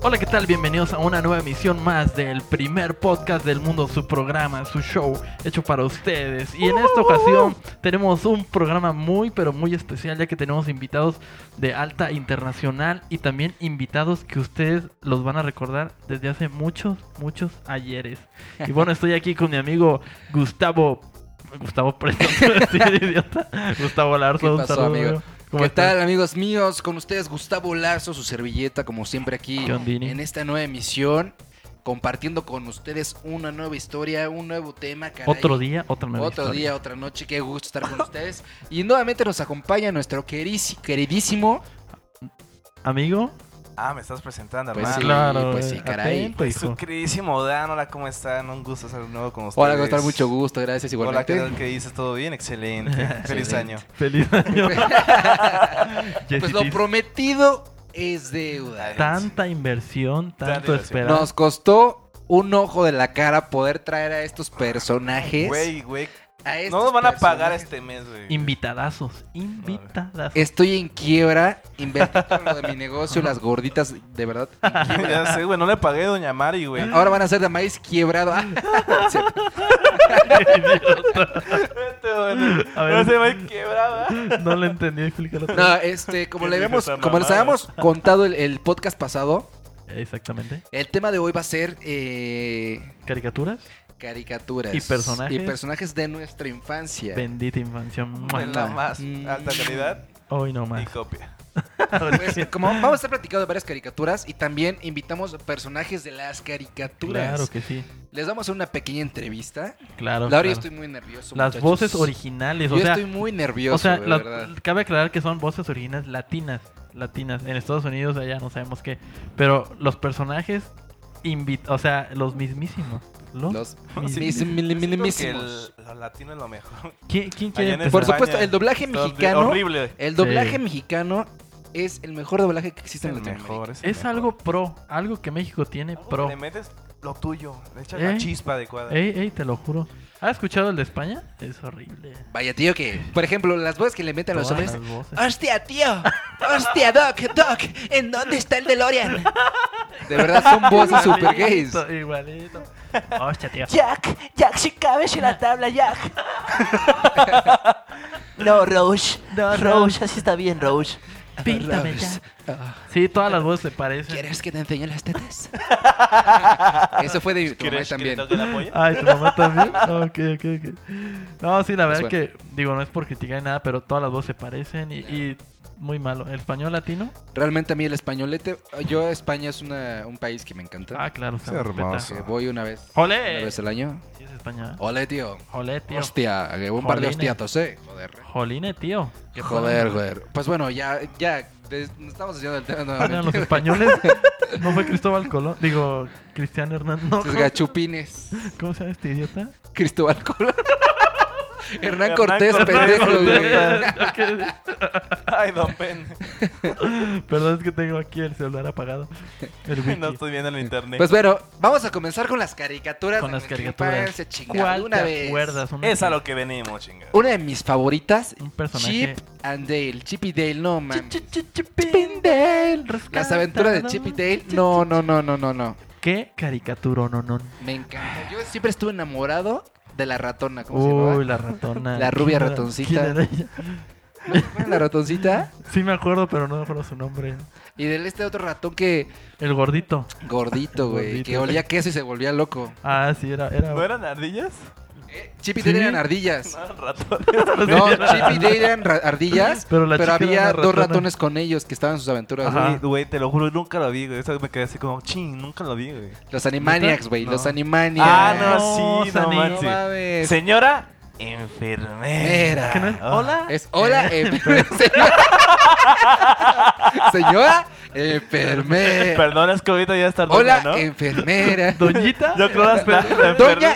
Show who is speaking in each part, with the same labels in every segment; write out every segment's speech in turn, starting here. Speaker 1: Hola, ¿qué tal? Bienvenidos a una nueva emisión más del primer podcast del mundo, su programa, su show hecho para ustedes. Y en esta ocasión tenemos un programa muy, pero muy especial, ya que tenemos invitados de alta internacional y también invitados que ustedes los van a recordar desde hace muchos, muchos ayeres. Y bueno, estoy aquí con mi amigo Gustavo. Gustavo Presto, sí, idiota. Gustavo Larzo,
Speaker 2: ¿Qué
Speaker 1: un
Speaker 2: pasó,
Speaker 1: saludo.
Speaker 2: amigo?
Speaker 1: ¿Cómo
Speaker 2: ¿Qué
Speaker 1: estás?
Speaker 2: tal, amigos míos? Con ustedes, Gustavo Larzo, su servilleta, como siempre aquí
Speaker 1: ¿Qué ondini?
Speaker 2: en esta nueva emisión, compartiendo con ustedes una nueva historia, un nuevo tema. caray.
Speaker 1: Otro día, otra nueva
Speaker 2: Otro
Speaker 1: historia.
Speaker 2: día, otra noche. Qué gusto estar con ustedes. Y nuevamente nos acompaña nuestro queris- queridísimo.
Speaker 1: Amigo,
Speaker 3: Ah, me estás presentando,
Speaker 2: Pues sí,
Speaker 3: hermano.
Speaker 1: claro,
Speaker 2: pues sí,
Speaker 1: eh,
Speaker 2: caray.
Speaker 1: atento,
Speaker 3: Pues
Speaker 1: hijo.
Speaker 3: su queridísimo Dan, hola, ¿cómo están? Un gusto estar de nuevo con ustedes.
Speaker 2: Hola, ¿cómo estás? Mucho gusto, gracias
Speaker 3: Hola, ¿qué
Speaker 2: igualmente.
Speaker 3: tal? ¿Qué dices? ¿Todo bien? Excelente. Feliz
Speaker 2: Excelente.
Speaker 3: año.
Speaker 1: Feliz año.
Speaker 2: pues lo prometido es deuda.
Speaker 1: Tanta inversión, tanto
Speaker 3: Tanta inversión.
Speaker 1: esperar.
Speaker 2: Nos costó un ojo de la cara poder traer a estos personajes.
Speaker 3: Güey, güey.
Speaker 2: a estos
Speaker 3: No nos van a pagar
Speaker 2: personajes.
Speaker 3: este mes, güey.
Speaker 1: Invitadazos, invitadazos.
Speaker 2: Estoy en quiebra, invertí todo lo de mi negocio, las gorditas, de verdad. en quiebra.
Speaker 3: ya sé, güey, no le pagué a Doña Mari, güey.
Speaker 2: Ahora van a ser de maíz quiebrado. Ah, se-
Speaker 3: Vete, güey.
Speaker 1: A ver.
Speaker 3: No se me quebraba.
Speaker 1: No lo entendí, explícalo. otra
Speaker 2: no, este, como
Speaker 3: ¿Qué
Speaker 2: le
Speaker 3: dijo
Speaker 2: habíamos,
Speaker 3: esa
Speaker 2: como les
Speaker 3: mamada?
Speaker 2: habíamos contado el, el podcast pasado,
Speaker 1: vez. Exactamente.
Speaker 2: el tema de hoy va a ser eh,
Speaker 1: Caricaturas.
Speaker 2: caricaturas.
Speaker 1: Y personajes.
Speaker 2: Y personajes de nuestra infancia.
Speaker 1: Bendita infancia. mua.
Speaker 3: En la más
Speaker 2: Mm.
Speaker 3: alta calidad
Speaker 1: Hoy no
Speaker 3: y
Speaker 1: más.
Speaker 3: copia.
Speaker 2: Pues, como vamos a estar platicando de varias caricaturas y también invitamos personajes de las caricaturas.
Speaker 1: Claro que sí.
Speaker 2: Les vamos a hacer una pequeña entrevista.
Speaker 1: Claro.
Speaker 2: Laura, yo
Speaker 1: claro.
Speaker 2: estoy muy nervioso.
Speaker 1: Las
Speaker 2: muchachos.
Speaker 1: voces originales.
Speaker 2: Yo
Speaker 1: o sea,
Speaker 2: estoy muy nervioso,
Speaker 1: o sea
Speaker 2: de
Speaker 1: las-
Speaker 2: verdad.
Speaker 1: cabe aclarar que son voces originales latinas. Latinas. En Estados Unidos, allá no sabemos qué. Pero los personajes, invi- o sea, los mismísimos. Los,
Speaker 2: Los
Speaker 1: mis-
Speaker 2: mis- mil-
Speaker 3: Siento que
Speaker 2: minimísimos.
Speaker 3: el- lo latino es lo mejor.
Speaker 1: ¿Quién, quién quiere
Speaker 3: Allá en
Speaker 1: empezar?
Speaker 2: Por
Speaker 3: España,
Speaker 2: supuesto, el doblaje
Speaker 3: Está de-
Speaker 2: mexicano.
Speaker 3: Horrible. güey.
Speaker 2: El doblaje
Speaker 1: Sí.
Speaker 2: mexicano es el mejor doblaje que existe en
Speaker 3: el
Speaker 2: Latinoamérica.
Speaker 3: mejor. el
Speaker 1: Es
Speaker 3: mejor.
Speaker 1: algo pro, algo que México tiene
Speaker 3: Algo que
Speaker 1: pro.
Speaker 3: Le metes lo tuyo. Le echas
Speaker 1: ¿Eh?
Speaker 3: la chispa adecuada.
Speaker 1: Ey, ey, te lo juro. ¿Has escuchado el de España? Es horrible.
Speaker 2: Vaya, tío, que. Por ejemplo, las voces que le meten a los
Speaker 1: Todas
Speaker 2: hombres. Ah,
Speaker 1: las voces.
Speaker 2: ¡Hostia, tío! ¡Hostia, Doc! ¡Doc! ¿En dónde está el DeLorean? De verdad son voces super gays.
Speaker 1: Igualito, Igualito. Hostia, tío.
Speaker 4: Jack, Jack, si cabes en la tabla, Jack. No, Rose.
Speaker 1: No,
Speaker 4: Rose, así está bien, Rose.
Speaker 1: Píntame ya.
Speaker 2: Rose, ah,
Speaker 1: Sí, todas las voces se parecen.
Speaker 2: ¿Quieres que te enseñe las tetas? Eso fue de tu mamá
Speaker 3: ¿Quieres que le
Speaker 2: también.
Speaker 3: toque la polla?
Speaker 1: Ay, tu mamá también. Ok, ok, ok. No, sí, la verdad
Speaker 3: Pues
Speaker 2: Me suena.
Speaker 1: que, digo, no es por criticar ni nada, pero todas las voces se parecen y, y muy malo. ¿El español latino?
Speaker 2: Realmente a mí el españolete. Yo, España es una- un país que me encanta.
Speaker 1: Ah, Eh. claro, se
Speaker 3: Qué
Speaker 1: respeta.
Speaker 3: hermoso.
Speaker 2: Que voy una vez. Una
Speaker 1: ¡Jolé!
Speaker 2: vez al año.
Speaker 1: Sí, es español.
Speaker 2: Ole, tío.
Speaker 1: ¡Jolé, tío!
Speaker 2: Hostia, que un par de
Speaker 1: Jolines.
Speaker 2: hostiatos, eh. Joder.
Speaker 1: ¡Joline, tío! ¿Qué
Speaker 2: Joder, joder. Pues bueno, ya, ya. des- nos estamos haciendo el tema
Speaker 1: Ah, eran los
Speaker 2: nuevamente.
Speaker 1: españoles. No fue Cristóbal Colón. Digo, Cristian Hernán. No,
Speaker 2: Sus
Speaker 1: ¿cómo,
Speaker 2: gachupines.
Speaker 1: cómo se llama este idiota?
Speaker 2: Cristóbal Colón. Hernán
Speaker 3: Hernán
Speaker 2: Cortés,
Speaker 3: Cortés,
Speaker 2: pendejo, güey.
Speaker 3: Ay, don Pen.
Speaker 1: Perdón, es que tengo aquí el celular apagado. El wiki.
Speaker 3: No estoy viendo el internet.
Speaker 2: Pues bueno, vamos a comenzar con las caricaturas.
Speaker 1: Con
Speaker 2: de
Speaker 1: las
Speaker 2: nuestra
Speaker 1: caricaturas.
Speaker 2: infancia, chingada,
Speaker 1: ¿Cuál
Speaker 2: de una
Speaker 1: te
Speaker 2: vez.
Speaker 1: acuerdas? Una
Speaker 3: es a
Speaker 1: que-
Speaker 3: lo que venimos, chingada.
Speaker 2: Una de mis favoritas,
Speaker 1: Un personaje.
Speaker 2: Chip and Dale. Chip y Dale, no mames.
Speaker 1: Chip, chip, chip,
Speaker 2: Chip and Dale. Las
Speaker 1: Rescatado.
Speaker 2: aventuras de Chip y Dale. No, no, no, no, no, no.
Speaker 1: ¿Qué caricatura, no, no?
Speaker 2: Me encanta. Yo siempre estuve enamorado de la ratona. ¿Cómo se llamaba?
Speaker 1: Uy, la ratona.
Speaker 2: La rubia
Speaker 1: ¿Quién era-
Speaker 2: ratoncita.
Speaker 1: quién era ella?
Speaker 2: la ratoncita
Speaker 1: Sí me acuerdo, pero no me acuerdo su nombre.
Speaker 2: y del este otro ratón que
Speaker 1: El gordito.
Speaker 2: gordito, güey,
Speaker 1: Gordito.
Speaker 2: que olía queso y se volvía loco.
Speaker 1: Ah, sí, era... era...
Speaker 3: ¿No eran ardillas? Ah,
Speaker 2: Chip y
Speaker 1: Sí.
Speaker 2: Dale eran ardillas.
Speaker 3: No eran ratones.
Speaker 2: No, Chip y Dale eran ra- ardillas,
Speaker 1: Pero
Speaker 2: pero,
Speaker 1: la chica era
Speaker 2: había
Speaker 1: una
Speaker 2: dos
Speaker 1: ratona.
Speaker 2: ratones con ellos que estaban en sus aventuras.
Speaker 1: Ajá.
Speaker 2: güey.
Speaker 3: Güey, Güey, te lo juro, nunca lo vi, güey. Eso me quedé así como, ching, nunca lo vi, güey.
Speaker 2: Los Animaniacs, güey,
Speaker 1: No.
Speaker 2: los Animaniacs.
Speaker 3: Ah,
Speaker 1: no,
Speaker 3: no, sí, no
Speaker 1: Sani.
Speaker 2: No
Speaker 3: manches.
Speaker 2: mames.
Speaker 3: Señora enfermera.
Speaker 2: Mera.
Speaker 1: ¿Que no es?
Speaker 3: Ah.
Speaker 1: Hola.
Speaker 2: Es hola, em- señora. señora enfermera.
Speaker 3: Perdón, es que ahorita ya está
Speaker 2: Hola,
Speaker 3: ¿no?
Speaker 2: enfermera.
Speaker 1: ¿Doñita?
Speaker 3: Yo creo las la, la
Speaker 2: Doña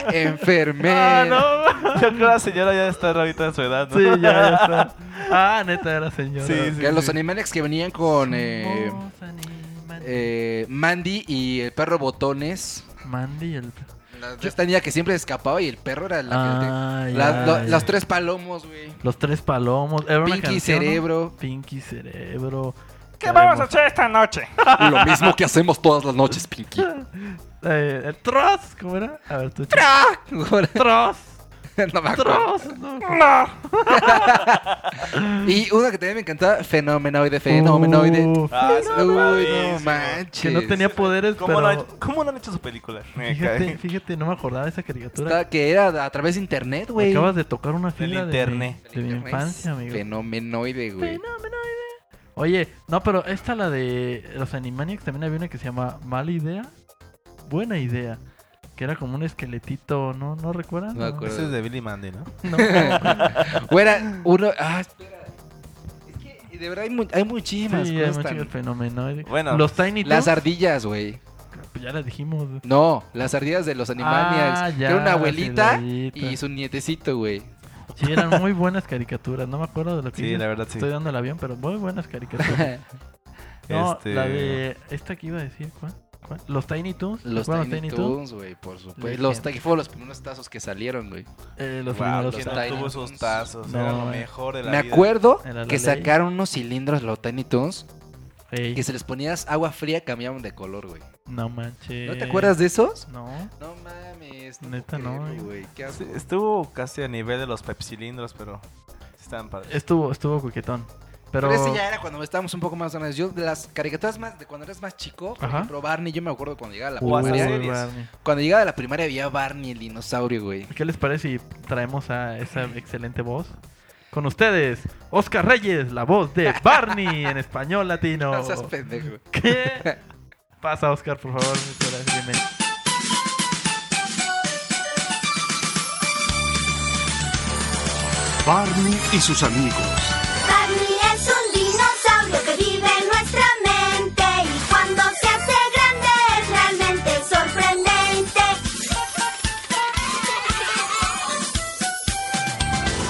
Speaker 2: enfermera.
Speaker 3: enfermera- Ah, no. Yo creo la señora ya está ahorita de su edad, ¿no?
Speaker 1: Sí, ya, ya está. Ah, neta, era señora.
Speaker 3: Sí, sí.
Speaker 2: Que los Animaniacs que venían con eh,
Speaker 1: Somos animales.
Speaker 2: eh, Mandy y el perro Botones.
Speaker 1: Mandy el...
Speaker 2: La- Esta niña que siempre escapaba y el perro era la
Speaker 1: Ah,
Speaker 2: que...
Speaker 1: ya,
Speaker 2: la- lo-
Speaker 1: ya.
Speaker 2: Los tres palomos, güey.
Speaker 1: Los tres palomos. Era una
Speaker 2: Pinky
Speaker 1: canción, ¿no?
Speaker 2: Cerebro.
Speaker 1: Pinky Cerebro.
Speaker 5: ¿Qué vamos a hacer esta noche?
Speaker 6: Lo mismo que hacemos todas las noches, Pinky.
Speaker 1: Eh, eh, Tross, ¿cómo era? A ver, tú.
Speaker 6: Tross. No me
Speaker 2: Ah,
Speaker 6: acuerdo.
Speaker 1: Tross, no.
Speaker 5: No.
Speaker 2: Y uno que también me encantaba, fenomenoide, fenomenoide.
Speaker 1: Uh,
Speaker 3: Ah, sí,
Speaker 2: Uy, no
Speaker 3: padrísimo.
Speaker 2: manches.
Speaker 1: que no tenía poderes,
Speaker 3: ¿Cómo,
Speaker 1: pero...
Speaker 3: no han, ¿Cómo no han hecho su película? Me
Speaker 1: Fíjate,
Speaker 3: cae.
Speaker 1: fíjate, no me acordaba de esa caricatura.
Speaker 2: Está- que era a través de internet, güey.
Speaker 1: Acabas de tocar una
Speaker 3: Del
Speaker 1: fila de,
Speaker 3: internet.
Speaker 1: mi- de mi
Speaker 2: Internet.
Speaker 1: infancia, amigo.
Speaker 2: Fenomenoide, güey.
Speaker 1: Fenomenoide. Oye, no, pero esta la de los Animaniacs también había una que se llama Mala Idea, Buena Idea, que era como un esqueletito, ¿no? ¿No recuerdan?
Speaker 2: No me acuerdo.
Speaker 3: Ese Pues es de Billy Mandy, ¿no?
Speaker 1: No.
Speaker 2: Güey, era uno. Ah, espera. Es que de verdad hay, mu- hay muchísimas
Speaker 1: Sí, hay
Speaker 2: cosas.
Speaker 1: mucho
Speaker 2: tan-
Speaker 1: el fenomenoide.
Speaker 3: Bueno,
Speaker 1: los Tiny Toons,
Speaker 2: Las ardillas, güey.
Speaker 1: pues ya las dijimos.
Speaker 2: No, las ardillas de los Animaniacs.
Speaker 1: Ah,
Speaker 2: que era una
Speaker 1: ya,
Speaker 2: abuelita
Speaker 1: abuelita.
Speaker 2: y su nietecito, güey.
Speaker 1: Sí, eran muy buenas caricaturas. No me acuerdo de lo que
Speaker 3: Sí,
Speaker 1: dices.
Speaker 3: la verdad, sí.
Speaker 1: Estoy dando el avión, pero muy buenas caricaturas. No,
Speaker 3: Este-
Speaker 1: la de... ¿Esta que iba a decir? ¿Cuál? ¿Cuál? Los Tiny Toons.
Speaker 2: Los
Speaker 1: ¿Recuerdan
Speaker 2: Tiny Toons, güey, por supuesto. Los
Speaker 1: Legenda.
Speaker 2: que fueron los primeros tazos que salieron, güey.
Speaker 1: Eh, los
Speaker 3: Wow,
Speaker 1: primeros
Speaker 3: ¿quién
Speaker 2: los
Speaker 3: no
Speaker 1: Tiny
Speaker 3: tuvo
Speaker 2: Tiny
Speaker 3: esos
Speaker 2: Toons.
Speaker 3: tazos?
Speaker 1: No,
Speaker 3: Era lo
Speaker 1: eh.
Speaker 3: mejor de la
Speaker 2: Me
Speaker 3: vida.
Speaker 2: acuerdo
Speaker 1: Era la
Speaker 2: que
Speaker 1: ley.
Speaker 2: sacaron unos cilindros los Tiny Toons
Speaker 1: Ey,
Speaker 2: que si les ponías agua fría cambiaban de color, güey.
Speaker 1: No manches.
Speaker 2: ¿No te acuerdas de esos?
Speaker 1: No.
Speaker 2: No mames.
Speaker 1: Neta,
Speaker 2: puedo
Speaker 1: no,
Speaker 2: creerlo,
Speaker 1: eh.
Speaker 2: güey. Qué asco.
Speaker 3: Sí, Estuvo casi a nivel de los pepsilindros, pero sí estaban padres.
Speaker 1: Estuvo, estuvo coquetón. Pero.
Speaker 2: Pero... ese ya era cuando estábamos un poco más grandes. Yo de las caricaturas más de cuando eras más chico, por
Speaker 1: Ajá.
Speaker 2: ejemplo, Barney, yo me acuerdo cuando llegaba a la
Speaker 1: Uy,
Speaker 3: Guasa
Speaker 2: primaria.
Speaker 3: series.
Speaker 1: Barney.
Speaker 2: Cuando llegaba a la primaria había Barney el dinosaurio, güey.
Speaker 1: ¿Qué les parece si traemos a esa excelente voz? Con ustedes, Oscar Reyes, la voz de Barney en español latino.
Speaker 2: No seas pendejo.
Speaker 1: ¿Qué? Pasa, Oscar, por favor. Muchas gracias, bienvenido.
Speaker 7: Barney y sus amigos.
Speaker 8: Barney es un dinosaurio que vive en nuestra mente y cuando se hace grande es realmente sorprendente.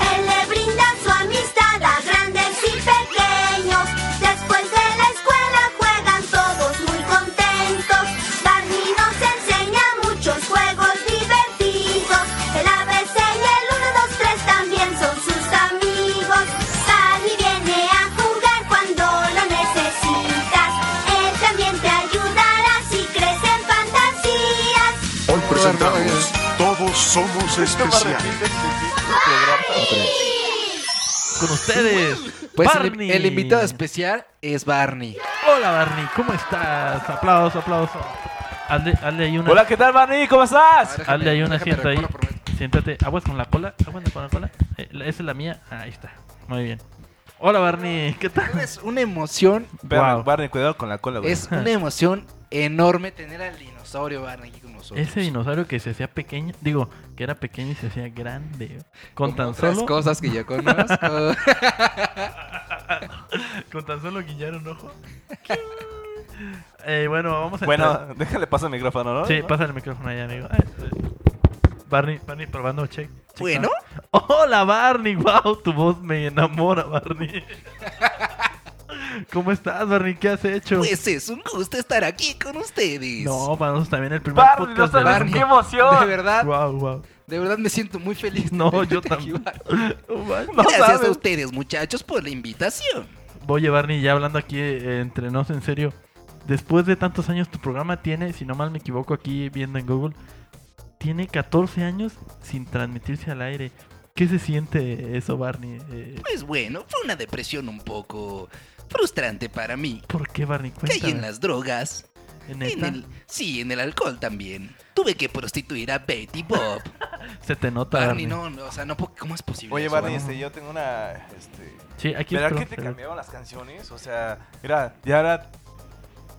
Speaker 8: Él le brinda su amistad a grandes y pequeños. Después de la escuela juegan todos muy contentos. Barney nos enseña muchos juegos divertidos. El ABC y el 1, 2, 3 también son sus amigos. Barney viene a jugar cuando lo necesitas. Él también te ayudará si crees en fantasías.
Speaker 7: Hoy presentamos Todos somos especiales.
Speaker 1: Con ustedes,
Speaker 2: Pues el-
Speaker 1: Barney.
Speaker 2: el invitado especial es Barney.
Speaker 1: Hola, Barney, ¿cómo estás? Aplausos, aplausos. Hazle, hazle ahí una.
Speaker 3: Hola, ¿qué tal, Barney? ¿Cómo estás?
Speaker 2: Déjame-
Speaker 1: Ah, Hazle ahí una
Speaker 2: déjame
Speaker 1: sienta ahí.
Speaker 2: recuerdo por medio.
Speaker 1: Siéntate. Aguas con la cola. Aguas con la cola. Eh, la- esa es la mía. Ahí está. Muy bien. Hola, Barney. ¿Qué tal?
Speaker 2: Es una emoción,
Speaker 3: Espérame,
Speaker 1: Wow.
Speaker 3: Barney, cuidado con la cola, güey.
Speaker 2: es una emoción enorme tener al dinosaurio Barney aquí con nosotros.
Speaker 1: Ese dinosaurio que se hacía pequeño, digo, que era pequeño y se hacía grande. Con
Speaker 2: Como
Speaker 1: tan
Speaker 2: otras
Speaker 1: solo
Speaker 2: cosas que yo conozco.
Speaker 1: con tan solo guillar un ojo. Eh, bueno, vamos a entrar.
Speaker 3: Bueno, déjale paso el micrófono, ¿no?
Speaker 1: Sí,
Speaker 3: ¿No?
Speaker 1: pasa el micrófono ahí, amigo. Ay, Barney, Barney probando check. check,
Speaker 2: bueno,
Speaker 1: Hola Barney, wow, tu voz me enamora, Barney. ¿Cómo estás, Barney? ¿Qué has hecho?
Speaker 2: pues es un gusto estar aquí con ustedes.
Speaker 1: no, para nosotros también el primer
Speaker 3: Barney, no
Speaker 1: podcast
Speaker 3: sabes
Speaker 1: del
Speaker 2: Barney.
Speaker 3: qué
Speaker 1: año.
Speaker 2: De
Speaker 3: emoción.
Speaker 2: verdad,
Speaker 1: Wow, wow.
Speaker 2: de verdad me siento muy feliz. de
Speaker 1: No,
Speaker 2: tenerte
Speaker 1: yo
Speaker 2: aquí,
Speaker 1: también.
Speaker 2: Barney.
Speaker 1: No manches.
Speaker 2: Gracias a
Speaker 3: sabes.
Speaker 2: ustedes, muchachos, por la invitación.
Speaker 1: Oye, Barney, ya hablando aquí eh, entre nos, en serio. Después de tantos años, tu programa tiene, si no mal me equivoco aquí viendo en Google, tiene 14 años sin transmitirse al aire. ¿Qué se siente eso, Barney? Eh,
Speaker 2: Pues bueno, fue una depresión un poco frustrante para mí.
Speaker 1: ¿Por qué, Barney?
Speaker 2: Caí en
Speaker 1: Cuéntame.
Speaker 2: las drogas. En
Speaker 1: ¿Neta?
Speaker 2: el, sí, en el alcohol también. Tuve que prostituir a Betty Bob.
Speaker 1: Se te nota, Barney.
Speaker 2: Barney, no, no, o sea, no, po- ¿cómo es posible?
Speaker 3: Oye,
Speaker 2: eso,
Speaker 3: Barney, este, yo tengo una... Este,
Speaker 1: Sí, aquí
Speaker 3: ¿Verdad
Speaker 1: espero,
Speaker 3: que te
Speaker 1: espero.
Speaker 3: cambiaron las canciones? O sea, mira, ya ahora...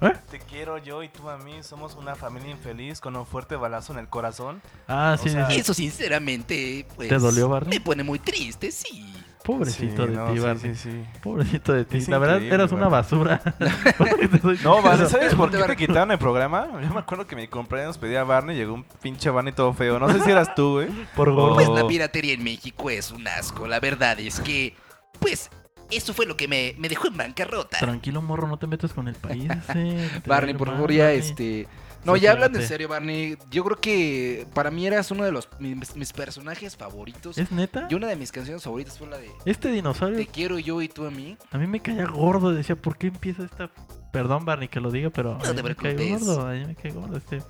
Speaker 1: ¿Eh?
Speaker 3: Te quiero yo y tú a mí, somos una familia infeliz con un fuerte balazo en el corazón.
Speaker 1: Ah,
Speaker 3: O
Speaker 1: sí, sí,
Speaker 3: sea,
Speaker 1: sí.
Speaker 2: Eso sinceramente, pues...
Speaker 1: ¿Te dolió, Barney?
Speaker 2: Me pone muy triste, sí.
Speaker 1: Pobrecito
Speaker 3: Sí,
Speaker 1: de
Speaker 3: no,
Speaker 1: ti,
Speaker 3: sí,
Speaker 1: Barney.
Speaker 3: sí, sí.
Speaker 1: Pobrecito de ti.
Speaker 3: Es
Speaker 1: La verdad,
Speaker 3: increíble,
Speaker 1: eras una
Speaker 3: Barney.
Speaker 1: basura. Porque te soy
Speaker 3: No, Barney,
Speaker 1: sincero.
Speaker 3: ¿sabes por qué
Speaker 2: Barney.
Speaker 3: te quitaron el programa? Yo me acuerdo que mi cumpleaños pedía a Barney y llegó un pinche Barney todo feo. No sé si eras tú, güey.
Speaker 1: Por gordo.
Speaker 2: Pues
Speaker 3: Oh.
Speaker 2: la piratería en México es un asco. La verdad es que, pues, eso fue lo que me, me dejó en bancarrota.
Speaker 1: Tranquilo, morro, no te metas con el país. ese. Te
Speaker 2: Barney,
Speaker 1: vale
Speaker 2: por
Speaker 1: madre,
Speaker 2: favor, ya
Speaker 1: Barney.
Speaker 2: este. No, ya hablan
Speaker 1: Espérate.
Speaker 2: en serio, Barney. Yo creo que para mí eras uno de los mis, mis personajes favoritos.
Speaker 1: ¿Es neta?
Speaker 2: Y una de mis canciones favoritas fue la de
Speaker 1: Este dinosaurio
Speaker 2: Te quiero yo y tú a mí.
Speaker 1: a mí me caía gordo. Decía, ¿por qué empieza esta...? Perdón, Barney, que lo diga, pero
Speaker 2: te
Speaker 1: a mí me cae
Speaker 2: preocupes.
Speaker 1: gordo. A mí me cae gordo este.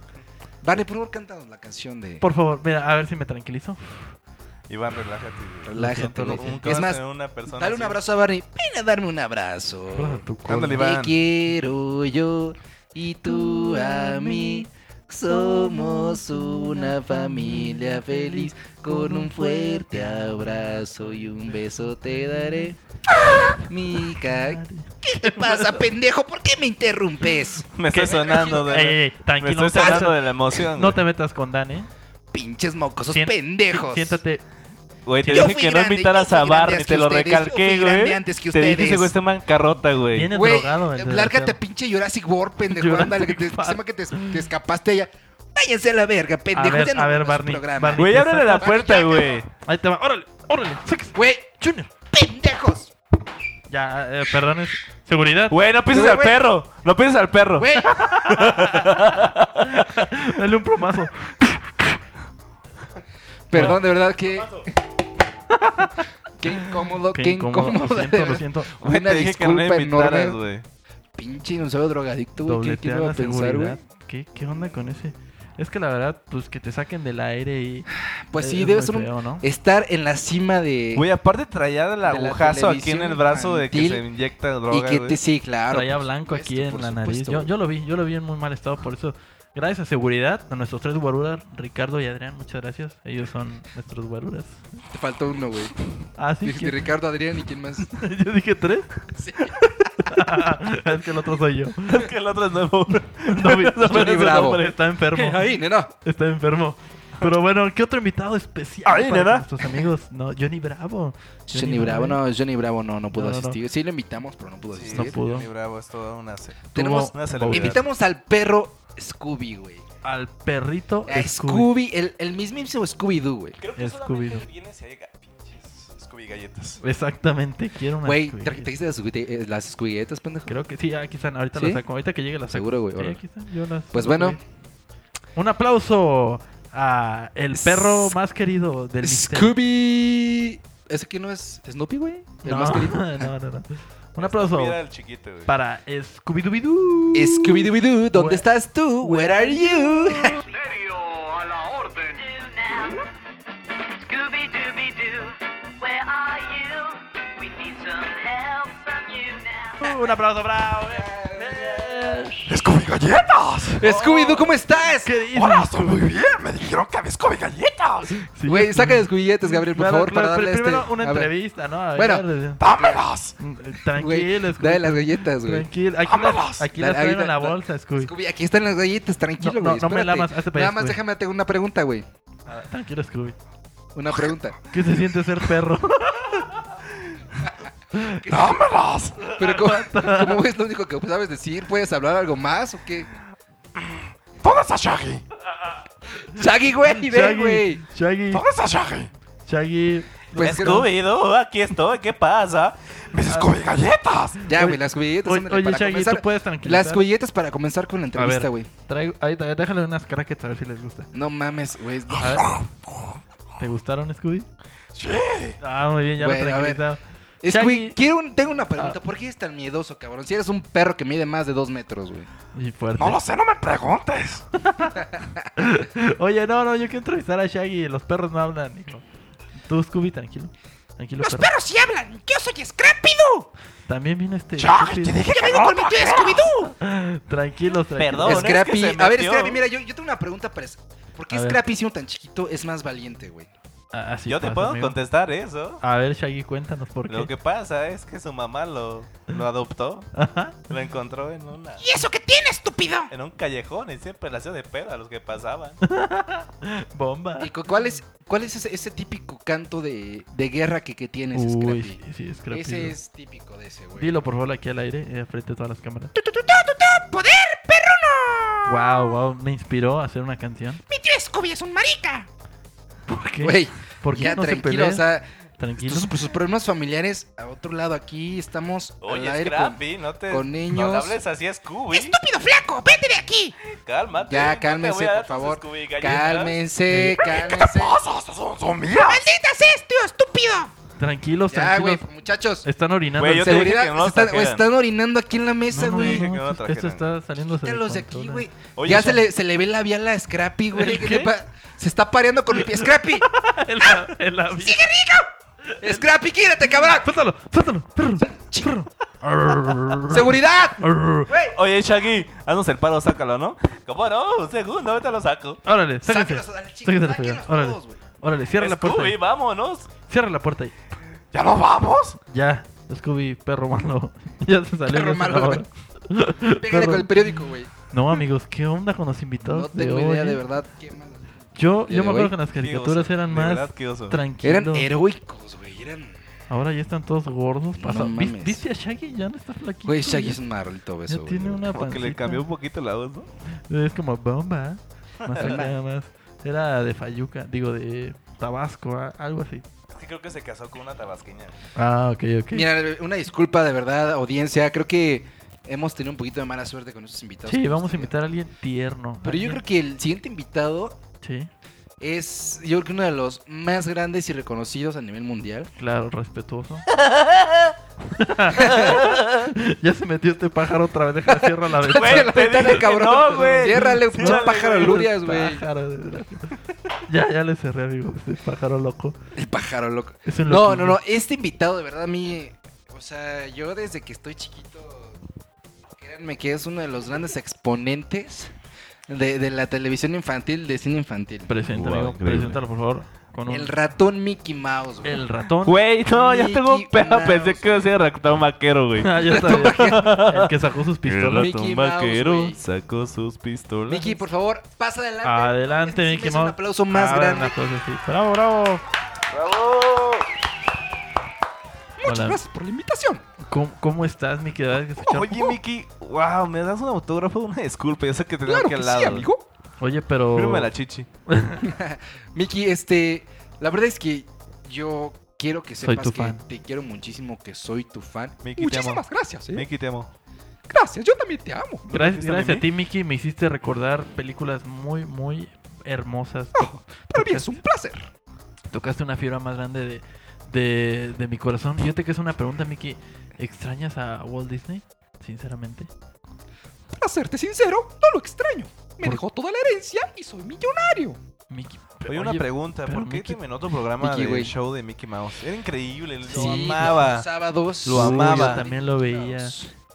Speaker 2: Barney, por favor, cántanos la canción de
Speaker 1: Por favor, mira, a ver si me tranquilizo.
Speaker 3: Iván, relájate. güey.
Speaker 2: Relájate.
Speaker 1: lo
Speaker 2: güey.
Speaker 1: siento,
Speaker 3: Nunca
Speaker 2: Es
Speaker 3: vas a
Speaker 2: más,
Speaker 3: tener una persona
Speaker 2: dale un
Speaker 3: así.
Speaker 2: abrazo a Barney. Ven a darme un abrazo.
Speaker 3: Ándale,
Speaker 2: Te
Speaker 3: Iván.
Speaker 2: quiero yo y tú a mí. Somos una familia feliz. Con un fuerte abrazo y un beso te daré. Mi ca... ¿Qué te pasa, pendejo? ¿Por qué me interrumpes?
Speaker 3: Me estoy sonando,
Speaker 1: Ey, ey,
Speaker 3: de...
Speaker 1: ey,
Speaker 3: Me
Speaker 1: tranquilo.
Speaker 3: estoy sonando de la emoción.
Speaker 1: No
Speaker 3: güey.
Speaker 1: te metas con Dan, ¿eh?
Speaker 2: Pinches mocosos
Speaker 1: Sien-
Speaker 2: pendejos.
Speaker 1: Siéntate.
Speaker 3: Güey, te
Speaker 2: Yo
Speaker 3: dije
Speaker 2: fui
Speaker 3: que no
Speaker 2: grande, yo
Speaker 3: invitaras
Speaker 2: fui grande
Speaker 3: a Barney,
Speaker 2: antes
Speaker 3: te
Speaker 2: que
Speaker 3: lo
Speaker 2: ustedes, yo
Speaker 3: recalqué,
Speaker 2: fui grande
Speaker 3: güey.
Speaker 2: antes que
Speaker 3: Te dije, ese
Speaker 2: ustedes.
Speaker 3: güey está en bancarrota, güey.
Speaker 1: Vienes
Speaker 2: Güey,
Speaker 1: drogado. el
Speaker 2: eh,
Speaker 1: desgraciado.
Speaker 2: lárgate a pinche Jurassic World, pendejo.
Speaker 1: Jurassic
Speaker 2: Ándale, que te,
Speaker 1: Park.
Speaker 2: se llama que te, te escapaste allá. Váyanse a la verga, pendejo.
Speaker 1: ver,
Speaker 2: ya no
Speaker 1: a ver,
Speaker 2: vemos
Speaker 1: Barney,
Speaker 2: programa.
Speaker 1: Barney.
Speaker 3: Güey, ábrele la
Speaker 1: Exacto.
Speaker 3: puerta, güey.
Speaker 1: Ahí te va. Órale, órale. sáquese.
Speaker 2: Güey,
Speaker 1: Junior.
Speaker 2: pendejos.
Speaker 1: Ya, eh, perdón. es- Seguridad.
Speaker 3: Güey, no pienses
Speaker 2: Güey,
Speaker 3: al
Speaker 2: güey.
Speaker 3: perro. No pienses al perro.
Speaker 2: Güey,
Speaker 1: Dale un plomazo.
Speaker 2: Perdón, de verdad que. qué incómodo, qué, incómodo.
Speaker 1: Lo
Speaker 2: de
Speaker 1: siento, lo
Speaker 2: verdad.
Speaker 1: siento.
Speaker 3: Güey,
Speaker 2: Una
Speaker 3: te dije que no
Speaker 2: disculpa
Speaker 3: invitaras,
Speaker 2: enorme.
Speaker 3: güey.
Speaker 2: Pinche dinosaurio drogadicto, güey. ¿Qué, qué
Speaker 1: Dobletear
Speaker 2: iba
Speaker 1: la
Speaker 2: a pensar, güey?
Speaker 1: seguridad. ¿Qué, ¿Qué onda con ese? Es que la verdad, pues que te saquen del aire y.
Speaker 2: Pues sí,
Speaker 1: Eh, es
Speaker 2: debe
Speaker 1: muy
Speaker 2: ser un-
Speaker 1: feo, ¿no?
Speaker 2: estar en la cima de.
Speaker 3: Güey, aparte traía el
Speaker 2: la
Speaker 3: agujazo aquí en
Speaker 2: televisión
Speaker 3: el brazo de que
Speaker 2: infantil
Speaker 3: se inyecta
Speaker 2: y
Speaker 3: droga,
Speaker 2: que te.
Speaker 3: güey.
Speaker 2: Sí, claro.
Speaker 1: Traía
Speaker 2: por
Speaker 1: blanco aquí
Speaker 2: supuesto,
Speaker 1: en
Speaker 2: por
Speaker 1: la nariz.
Speaker 2: supuesto,
Speaker 1: Yo,
Speaker 2: güey.
Speaker 1: yo lo vi, yo lo vi en muy mal estado, por eso. Gracias a seguridad, a nuestros tres guaruras, Ricardo y Adrián, muchas gracias. Ellos son nuestros guaruras.
Speaker 2: Te faltó uno, güey.
Speaker 1: Ah, sí.
Speaker 2: Dijiste Ricardo, Adrián y quién más.
Speaker 1: Yo dije tres.
Speaker 2: Sí.
Speaker 1: es que el otro soy yo.
Speaker 3: Es que el otro es nuevo.
Speaker 1: No, vi- no
Speaker 2: Johnny
Speaker 1: vi su
Speaker 2: Bravo.
Speaker 1: nombre, Está enfermo.
Speaker 2: Ahí, no.
Speaker 1: Está enfermo. Pero bueno, ¿qué otro invitado especial
Speaker 3: Ay,
Speaker 1: para
Speaker 3: nena.
Speaker 1: nuestros amigos? No, Johnny Bravo.
Speaker 2: Johnny Bravo, no, Johnny Bravo no, no pudo
Speaker 1: No, no, no.
Speaker 2: asistir. Sí lo invitamos, pero no pudo asistir.
Speaker 1: Pues, no pudo.
Speaker 3: Johnny Bravo es toda una... ce-
Speaker 2: Tenemos-
Speaker 3: una celebridad.
Speaker 2: Invitamos al perro Scooby, güey.
Speaker 1: Al perrito
Speaker 2: A
Speaker 1: Scooby.
Speaker 2: Scooby, el, el mismísimo Scooby-Doo, güey.
Speaker 3: Creo
Speaker 1: que solamente Scooby-Doo.
Speaker 3: viene si hay pinches Scooby galletas.
Speaker 1: Exactamente, quiero una
Speaker 2: Güey,
Speaker 1: Scooby.
Speaker 2: ¿te trajiste las, Scooby- eh, las Scooby-Galletas, pendejo?
Speaker 1: Creo que sí, aquí están. Ahorita
Speaker 2: ¿Sí?
Speaker 1: las saco. Ahorita que llegue las saco.
Speaker 2: Seguro, güey,
Speaker 1: Sí,
Speaker 2: órale.
Speaker 1: aquí están. Yo las-
Speaker 2: Pues bueno,
Speaker 1: Un aplauso a el perro más querido del misterio.
Speaker 2: Scooby... ¿Ese que no es Snoopy, güey? ¿El
Speaker 1: No,
Speaker 2: más querido?
Speaker 1: no, no, no. Un aplauso
Speaker 3: Mira el chiquito, güey.
Speaker 1: para Scooby-Doo.
Speaker 2: Scooby-Doo, ¿dónde
Speaker 1: Güey.
Speaker 2: estás tú? Where are you?
Speaker 9: Scooby Dooby Doo, where are you? We need some help from you now.
Speaker 1: Un aplauso, bravo.
Speaker 7: ¡Scooby Galletas!
Speaker 2: Scooby-Doo, ¿cómo estás?
Speaker 1: ¿Qué dices?
Speaker 7: ¡Hola, estoy muy bien! ¡Me dijeron que había Scooby Galletas!
Speaker 1: Sí.
Speaker 2: Güey, saca las Scooby-Galletas, Gabriel, por
Speaker 1: Claro,
Speaker 2: favor,
Speaker 1: claro,
Speaker 2: para darle
Speaker 1: pero primero
Speaker 2: este...
Speaker 1: una
Speaker 2: a ver,
Speaker 1: entrevista, ¿no? A
Speaker 2: Bueno.
Speaker 1: ver,
Speaker 7: ¡Dámelas!
Speaker 2: Güey,
Speaker 1: tranquilo, Scooby.
Speaker 2: dale las galletas, güey.
Speaker 1: Tranquilo, aquí las,
Speaker 7: Vámonos.
Speaker 1: aquí
Speaker 2: Dale,
Speaker 1: las traen
Speaker 2: ahorita-
Speaker 1: en la bolsa, Scooby.
Speaker 2: Scooby, aquí están las galletas, tranquilo,
Speaker 1: No,
Speaker 2: güey.
Speaker 1: no, no me
Speaker 2: espérate.
Speaker 1: lamas, hazte para
Speaker 2: Nada
Speaker 1: allá,
Speaker 2: más
Speaker 1: güey.
Speaker 2: déjame hacer una pregunta, güey.
Speaker 1: Ah, Tranquilo, Scooby.
Speaker 2: Una pregunta.
Speaker 1: ¿Qué se siente ser perro?
Speaker 7: ¡Dámelas!
Speaker 2: Pero ¿cómo, cómo es lo único que sabes decir? ¿Puedes hablar algo más o qué?
Speaker 7: ¿Dónde está Shaggy?
Speaker 2: Shaggy, güey, ve, güey.
Speaker 1: Shaggy,
Speaker 7: ¿Dónde está Shaggy?
Speaker 1: Shaggy.
Speaker 2: Pues creo-
Speaker 3: Scooby-Doo, aquí estoy, ¿qué pasa?
Speaker 7: ¡Mis Scooby Galletas!
Speaker 2: Ya, güey, las cuilletas.
Speaker 1: Oye,
Speaker 2: ándale,
Speaker 1: oye,
Speaker 2: para
Speaker 1: Shaggy,
Speaker 2: comenzar-
Speaker 1: ¿tú puedes tranquilizar?
Speaker 2: Las cuilletas para comenzar con la
Speaker 1: A
Speaker 2: entrevista,
Speaker 1: ver,
Speaker 2: güey.
Speaker 1: traigo, ahí, ahí, déjale unas crackets a ver si les gusta.
Speaker 2: No mames, güey.
Speaker 1: A ver. ¿Te gustaron, Scooby?
Speaker 7: ¡Sí!
Speaker 1: Ah, muy bien, ya lo
Speaker 2: Güey, a ver.
Speaker 1: tranquilizado.
Speaker 2: Es
Speaker 1: Shaggy- Ah.
Speaker 2: güey, quiero un- tengo una pregunta. ¿Por qué eres tan miedoso, cabrón? Si eres un perro que mide más de dos metros, güey.
Speaker 1: Y fuerte.
Speaker 7: ¡No lo sé, no me preguntes!
Speaker 1: Oye, no, no, yo quiero entrevistar a Shaggy. Los perros no hablan, hijo. Tú, Scooby, tranquilo. Tranquilo, perro.
Speaker 2: sí hablan! ¡Yo soy Scrapido!
Speaker 1: También vino este.
Speaker 7: ¡Shaggy,
Speaker 1: este-
Speaker 7: te dije que no!
Speaker 2: tío Scooby-Doo!
Speaker 1: Tranquilos, tranquilos.
Speaker 3: Perdón, es que
Speaker 2: Scrappy,
Speaker 3: se
Speaker 2: a ver,
Speaker 3: metió.
Speaker 2: Scrappy, mira, yo, yo tengo una pregunta para eso. ¿Por qué
Speaker 1: A ver.
Speaker 2: Scrappy, siendo tan chiquito, es más valiente, güey?
Speaker 1: Ah, así
Speaker 3: Yo te
Speaker 1: pasa,
Speaker 3: puedo
Speaker 1: amigo.
Speaker 3: contestar eso.
Speaker 1: A ver, Shaggy, cuéntanos por qué.
Speaker 3: Lo que pasa es que su mamá lo, lo adoptó.
Speaker 1: Ajá.
Speaker 3: Lo encontró en una...
Speaker 2: eso qué tiene, estúpido?
Speaker 3: En un callejón y siempre le hacía de pedo a los que pasaban.
Speaker 1: Bomba.
Speaker 2: ¿Y cu- cuál es, cuál es ese, ese típico canto de, de guerra que, que tienes,
Speaker 1: Uy,
Speaker 2: Scrappy?
Speaker 1: sí, sí, Scrappy.
Speaker 2: Ese es típico de ese, güey.
Speaker 1: Dilo, por favor, aquí al aire, eh, frente a todas las cámaras.
Speaker 2: ¡Poder, perruno!
Speaker 1: Wow, wow, me inspiró a hacer una canción.
Speaker 2: ¡Mi tío Scooby es un marica!
Speaker 1: ¿Por qué?
Speaker 2: Güey,
Speaker 1: ¿Por qué
Speaker 2: ya
Speaker 1: no se
Speaker 2: tranquilo,
Speaker 1: pelea?
Speaker 2: o sea, pues,
Speaker 1: Tranquilo.
Speaker 2: Sus, sus problemas familiares a otro lado. Aquí estamos al
Speaker 3: Oye,
Speaker 2: aire
Speaker 3: Scrappy, no te.
Speaker 2: con
Speaker 3: No
Speaker 2: niños.
Speaker 3: le hables así a Scooby.
Speaker 2: ¡Estúpido flaco! ¡Vete de aquí!
Speaker 3: Cálmate.
Speaker 2: Ya,
Speaker 3: no te voy
Speaker 2: cálmense,
Speaker 3: a dar
Speaker 2: por
Speaker 3: tus
Speaker 2: favor.
Speaker 3: Scooby galletas.
Speaker 2: Cálmense,
Speaker 7: ¿Qué
Speaker 2: cálmense.
Speaker 7: te pasa? Son, son mías.
Speaker 1: Tranquilos,
Speaker 2: Ya, güey,
Speaker 1: tranquilos.
Speaker 2: muchachos.
Speaker 1: Están orinando.
Speaker 3: Güey, Este, yo te dije
Speaker 2: Seguridad,
Speaker 3: que no lo
Speaker 2: se están,
Speaker 3: trajeran.
Speaker 2: están orinando aquí en la mesa,
Speaker 1: No, no,
Speaker 2: güey.
Speaker 3: dije que no
Speaker 1: no,
Speaker 3: lo
Speaker 1: esto- esto
Speaker 3: trajeran.
Speaker 1: está saliendo de
Speaker 2: Míralos de aquí,
Speaker 1: control, eh.
Speaker 2: güey.
Speaker 3: Oye,
Speaker 2: Ya
Speaker 3: eso-
Speaker 2: se le, se le ve la vial a Scrappy, güey.
Speaker 1: ¿El
Speaker 2: ¿Qué
Speaker 1: qué?
Speaker 2: le pa- Se está pareando con mi pie. ¡Scrappy!
Speaker 1: El, la- el la-
Speaker 2: ¡Scrappy, quítate, cabrón!
Speaker 1: Suéltalo, suéltalo. perro, perro.
Speaker 2: ¡Seguridad!
Speaker 1: Arr.
Speaker 3: Oye, Shaggy, haznos el paro, sácalo, ¿no? ¿Cómo no? Un segundo, ahorita lo saco.
Speaker 1: Órale, sáquense.
Speaker 2: Sáquenlos a la chica,
Speaker 1: Sáquense la fregada,
Speaker 2: sáquenlos
Speaker 1: Órale.
Speaker 2: todos, güey.
Speaker 1: Órale, cierra la puerta.
Speaker 3: Scooby,
Speaker 1: ahí.
Speaker 3: vámonos.
Speaker 1: Cierra la puerta ahí.
Speaker 7: ¿Ya nos vamos?
Speaker 1: Ya, Scooby, perro malo. Ya se salió.
Speaker 2: Perro
Speaker 1: de
Speaker 2: malo,
Speaker 1: sabor.
Speaker 2: Pégale
Speaker 1: Perro-
Speaker 2: con el periódico, güey.
Speaker 1: No, amigos, ¿qué onda con los invitados?
Speaker 2: No
Speaker 1: de
Speaker 2: tengo
Speaker 1: hoy,
Speaker 2: idea,
Speaker 1: eh?
Speaker 2: de verdad. Qué malo.
Speaker 1: Yo,
Speaker 2: Día
Speaker 1: yo me
Speaker 2: de
Speaker 1: acuerdo
Speaker 2: hoy.
Speaker 1: que las
Speaker 3: Qué
Speaker 1: caricaturas
Speaker 3: oso,
Speaker 1: eran
Speaker 3: de
Speaker 1: más
Speaker 3: verdad, qué oso.
Speaker 1: tranquilos.
Speaker 2: Eran heroicos, güey. Eran...
Speaker 1: Ahora ya están todos gordos.
Speaker 2: No
Speaker 1: pasa- ¿Vis-
Speaker 2: mames.
Speaker 1: ¿Viste a Shaggy? Ya no está flaquito.
Speaker 2: Güey, Shaggy es
Speaker 1: ya-
Speaker 2: un marrito
Speaker 1: Ya
Speaker 2: beso, güey.
Speaker 1: tiene una
Speaker 3: Porque
Speaker 1: pancita.
Speaker 3: le cambió un poquito la voz, ¿no?
Speaker 1: Es como bomba. Más acá, más. Era de Fayuca, digo, de Tabasco, ah, algo así.
Speaker 3: Es que creo que se casó con una tabasqueña.
Speaker 1: Ah, ok, ok.
Speaker 2: Mira, una disculpa de verdad, audiencia. Creo que hemos tenido un poquito de mala suerte con estos invitados.
Speaker 1: sí,
Speaker 2: que
Speaker 1: vamos
Speaker 2: hemos
Speaker 1: a invitar a alguien tierno.
Speaker 2: tenido. Pero yo creo que el siguiente invitado
Speaker 1: Sí,
Speaker 2: es, yo creo que uno de los más grandes y reconocidos a nivel mundial.
Speaker 1: claro, respetuoso. ya se metió este pájaro otra vez. Deja, cierra la vez.
Speaker 3: Güey,
Speaker 2: Cierra la
Speaker 3: te
Speaker 2: ventana,
Speaker 3: dije que
Speaker 2: cabrón.
Speaker 3: no, güey.
Speaker 2: Ciérrale, pinche
Speaker 3: Ciérrale,
Speaker 2: pájaro
Speaker 3: güey.
Speaker 2: luria. Glorias, güey.
Speaker 1: Pájaro de verdad. Ya, ya le cerré, amigo. Este pájaro loco.
Speaker 2: El pájaro loco.
Speaker 1: Es un
Speaker 2: No,
Speaker 1: loquillo.
Speaker 2: no, no. Este invitado, de verdad, a mí. O sea, yo desde que estoy chiquito. Créanme que es uno de los grandes exponentes de, de la televisión infantil, de cine infantil.
Speaker 1: Presenta,
Speaker 3: Wow,
Speaker 1: amigo.
Speaker 3: increíble.
Speaker 1: Preséntalo, por favor. Con un-
Speaker 2: El
Speaker 1: el,
Speaker 2: ratón Mickey Mouse, güey.
Speaker 1: ratón.
Speaker 3: Güey, no, ya tengo un
Speaker 2: Mickey
Speaker 3: pedo.
Speaker 2: Mouse.
Speaker 3: Pensé que iba a ser ratón vaquero, güey.
Speaker 1: Ah, ya sabía. El que sacó sus
Speaker 3: El
Speaker 1: pistolas.
Speaker 2: Mickey Mouse,
Speaker 3: ratón vaquero
Speaker 2: güey.
Speaker 3: sacó sus pistolas.
Speaker 2: Mickey, por favor, pasa adelante.
Speaker 1: Adelante,
Speaker 2: Este sí
Speaker 1: Mickey
Speaker 2: merece Un
Speaker 1: Mouse.
Speaker 2: aplauso más
Speaker 1: Ah,
Speaker 2: grande.
Speaker 1: una cosa así. Bravo, bravo.
Speaker 3: ¡Bravo!
Speaker 1: Hola.
Speaker 2: Gracias por la invitación.
Speaker 1: ¿Cómo, cómo estás, Mickey? ¿Verdad que escuchar-
Speaker 3: Oye, Mickey, wow, ¿me das un autógrafo? Una disculpa, yo sé que te tengo
Speaker 2: Claro
Speaker 3: aquí
Speaker 2: que
Speaker 3: al
Speaker 2: sí,
Speaker 3: lado.
Speaker 2: amigo.
Speaker 1: Oye, pero.
Speaker 3: Fírmame la chichi.
Speaker 2: Mickey, este, la verdad es que yo quiero que
Speaker 1: Soy
Speaker 2: sepas
Speaker 1: tu
Speaker 2: que
Speaker 1: fan.
Speaker 2: te quiero muchísimo, que soy tu fan.
Speaker 3: Mickey, te amo.
Speaker 2: Muchísimas gracias, ¿eh?
Speaker 3: Mickey, te amo.
Speaker 2: Gracias, yo también te amo.
Speaker 1: Gracias,
Speaker 3: ¿Dijiste a
Speaker 1: gracias a
Speaker 3: mí?
Speaker 1: ti, Mickey. Me hiciste recordar películas muy, muy hermosas.
Speaker 2: Para mí es un placer.
Speaker 1: Tocaste una fibra más grande de, de, de mi corazón. Y yo te quiero hacer una pregunta, Mickey. ¿Extrañas a Walt Disney? Sinceramente.
Speaker 2: Para serte sincero, no lo extraño. Me
Speaker 1: Por-
Speaker 2: dejó toda la herencia y soy millonario.
Speaker 1: Mickey.
Speaker 3: Oye, una pregunta,
Speaker 1: pero
Speaker 3: ¿por qué
Speaker 1: Mickey-
Speaker 3: te en otro programa
Speaker 2: Mickey,
Speaker 3: del
Speaker 2: güey.
Speaker 3: show de Mickey Mouse? Era increíble, lo
Speaker 1: Sí,
Speaker 3: amaba.
Speaker 2: Sábados.
Speaker 3: Lo amaba.
Speaker 1: Yo también lo veía.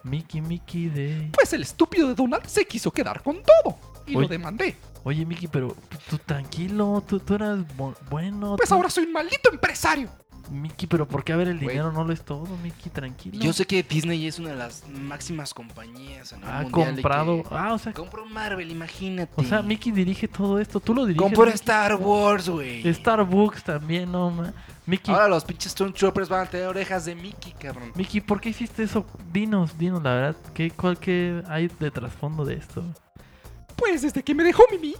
Speaker 1: Mickey, Mickey de.
Speaker 2: Pues el estúpido de Donald se quiso quedar con todo. Y
Speaker 1: Oye.
Speaker 2: lo demandé.
Speaker 1: Oye, Mickey, pero tú tranquilo, tú, tú eras bu- bueno.
Speaker 2: Pues
Speaker 1: tú-
Speaker 2: ahora soy un maldito empresario.
Speaker 1: Mickey, pero ¿por qué a ver el
Speaker 2: Güey.
Speaker 1: dinero no lo es todo, Mickey? Tranquilo.
Speaker 2: Yo sé que Disney es una de las máximas compañías en el
Speaker 1: Ha
Speaker 2: mundial. y
Speaker 1: Ah, comprado.
Speaker 2: que-
Speaker 1: Ah, o sea,
Speaker 2: Compró Marvel, imagínate.
Speaker 1: o sea, Mickey dirige todo esto. Tú lo diriges.
Speaker 2: Compró
Speaker 1: Mickey?
Speaker 2: Star Wars, güey.
Speaker 1: Starbucks también, no ma- Mickey,
Speaker 2: este Ahora los pinches Stormtroopers van a tener orejas de Mickey, cabrón.
Speaker 1: Mickey, ¿por qué hiciste eso? Dinos, dinos la verdad. ¿Qué, cuál, qué hay de trasfondo de esto?
Speaker 10: Pues desde que me dejó Mimi,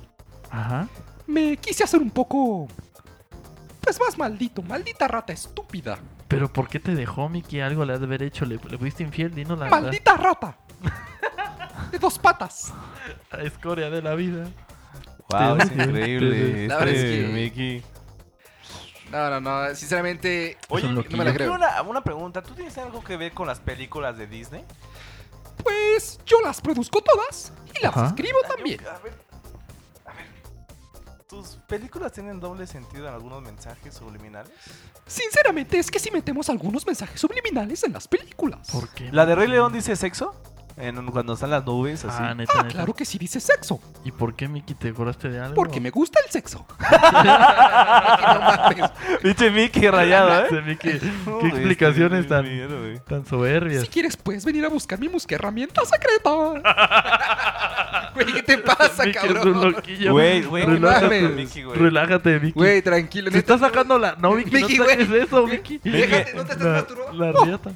Speaker 1: Ajá.
Speaker 10: me quise hacer un poco. Pues más maldito, maldita rata estúpida.
Speaker 1: Pero ¿por qué te dejó, Mickey? Algo le has de haber hecho. ¿Le, le fuiste infiel? Dinos la
Speaker 10: ¡Maldita rata! De dos patas.
Speaker 1: verdad. La escoria de la vida.
Speaker 3: Wow, es
Speaker 1: Sí, sí.
Speaker 3: increíble.
Speaker 2: La verdad
Speaker 3: este
Speaker 2: es que-
Speaker 3: Mickey.
Speaker 2: No, no, no. Sinceramente,
Speaker 3: Oye,
Speaker 1: un
Speaker 3: yo
Speaker 1: loquillo.
Speaker 2: No me la
Speaker 3: quiero
Speaker 2: creo.
Speaker 3: una, una pregunta. ¿Tú tienes algo que ver con las películas de Disney?
Speaker 10: Pues yo las produzco todas y las
Speaker 1: Ajá.
Speaker 10: escribo también.
Speaker 3: A ver, a ver. ¿Tus películas tienen doble sentido en algunos mensajes subliminales?
Speaker 10: Sinceramente es que sí metemos algunos mensajes subliminales en las películas.
Speaker 1: ¿Por qué?
Speaker 3: ¿La de Rey
Speaker 1: Mickey?
Speaker 3: León dice sexo? En- cuando están las nubes, así.
Speaker 1: Ah, neta,
Speaker 10: Ah,
Speaker 1: neta.
Speaker 10: claro que sí dice sexo,
Speaker 1: ¿Y por qué, Mickey, te curaste de algo?
Speaker 10: porque me gusta el sexo.
Speaker 2: no mames.
Speaker 3: Pinche Mickey rayado, ¿eh?
Speaker 1: Ese Ah, Mickey, qué
Speaker 3: Ah, Uy, este
Speaker 1: explicaciones
Speaker 3: Mickey,
Speaker 1: tan,
Speaker 3: miedo, güey.
Speaker 1: tan soberbias.
Speaker 10: pues, Si quieres, puedes venir a buscar mi busca herramienta secreta.
Speaker 2: Güey, ¿qué te pasa,
Speaker 1: Mickey es un
Speaker 2: cabrón?
Speaker 1: loquillo.
Speaker 3: Güey, güey,
Speaker 2: no
Speaker 1: relájate,
Speaker 2: mames.
Speaker 3: Mickey, güey.
Speaker 1: relájate, Vicky.
Speaker 2: Güey, tranquilo.
Speaker 1: Se
Speaker 2: neta.
Speaker 1: está sacando la. No, Vicky,
Speaker 2: Mickey,
Speaker 1: no saques
Speaker 2: güey.
Speaker 1: eso, Vicky.
Speaker 2: Déjate, no te estás
Speaker 1: La,
Speaker 2: masturbando.
Speaker 1: la riata.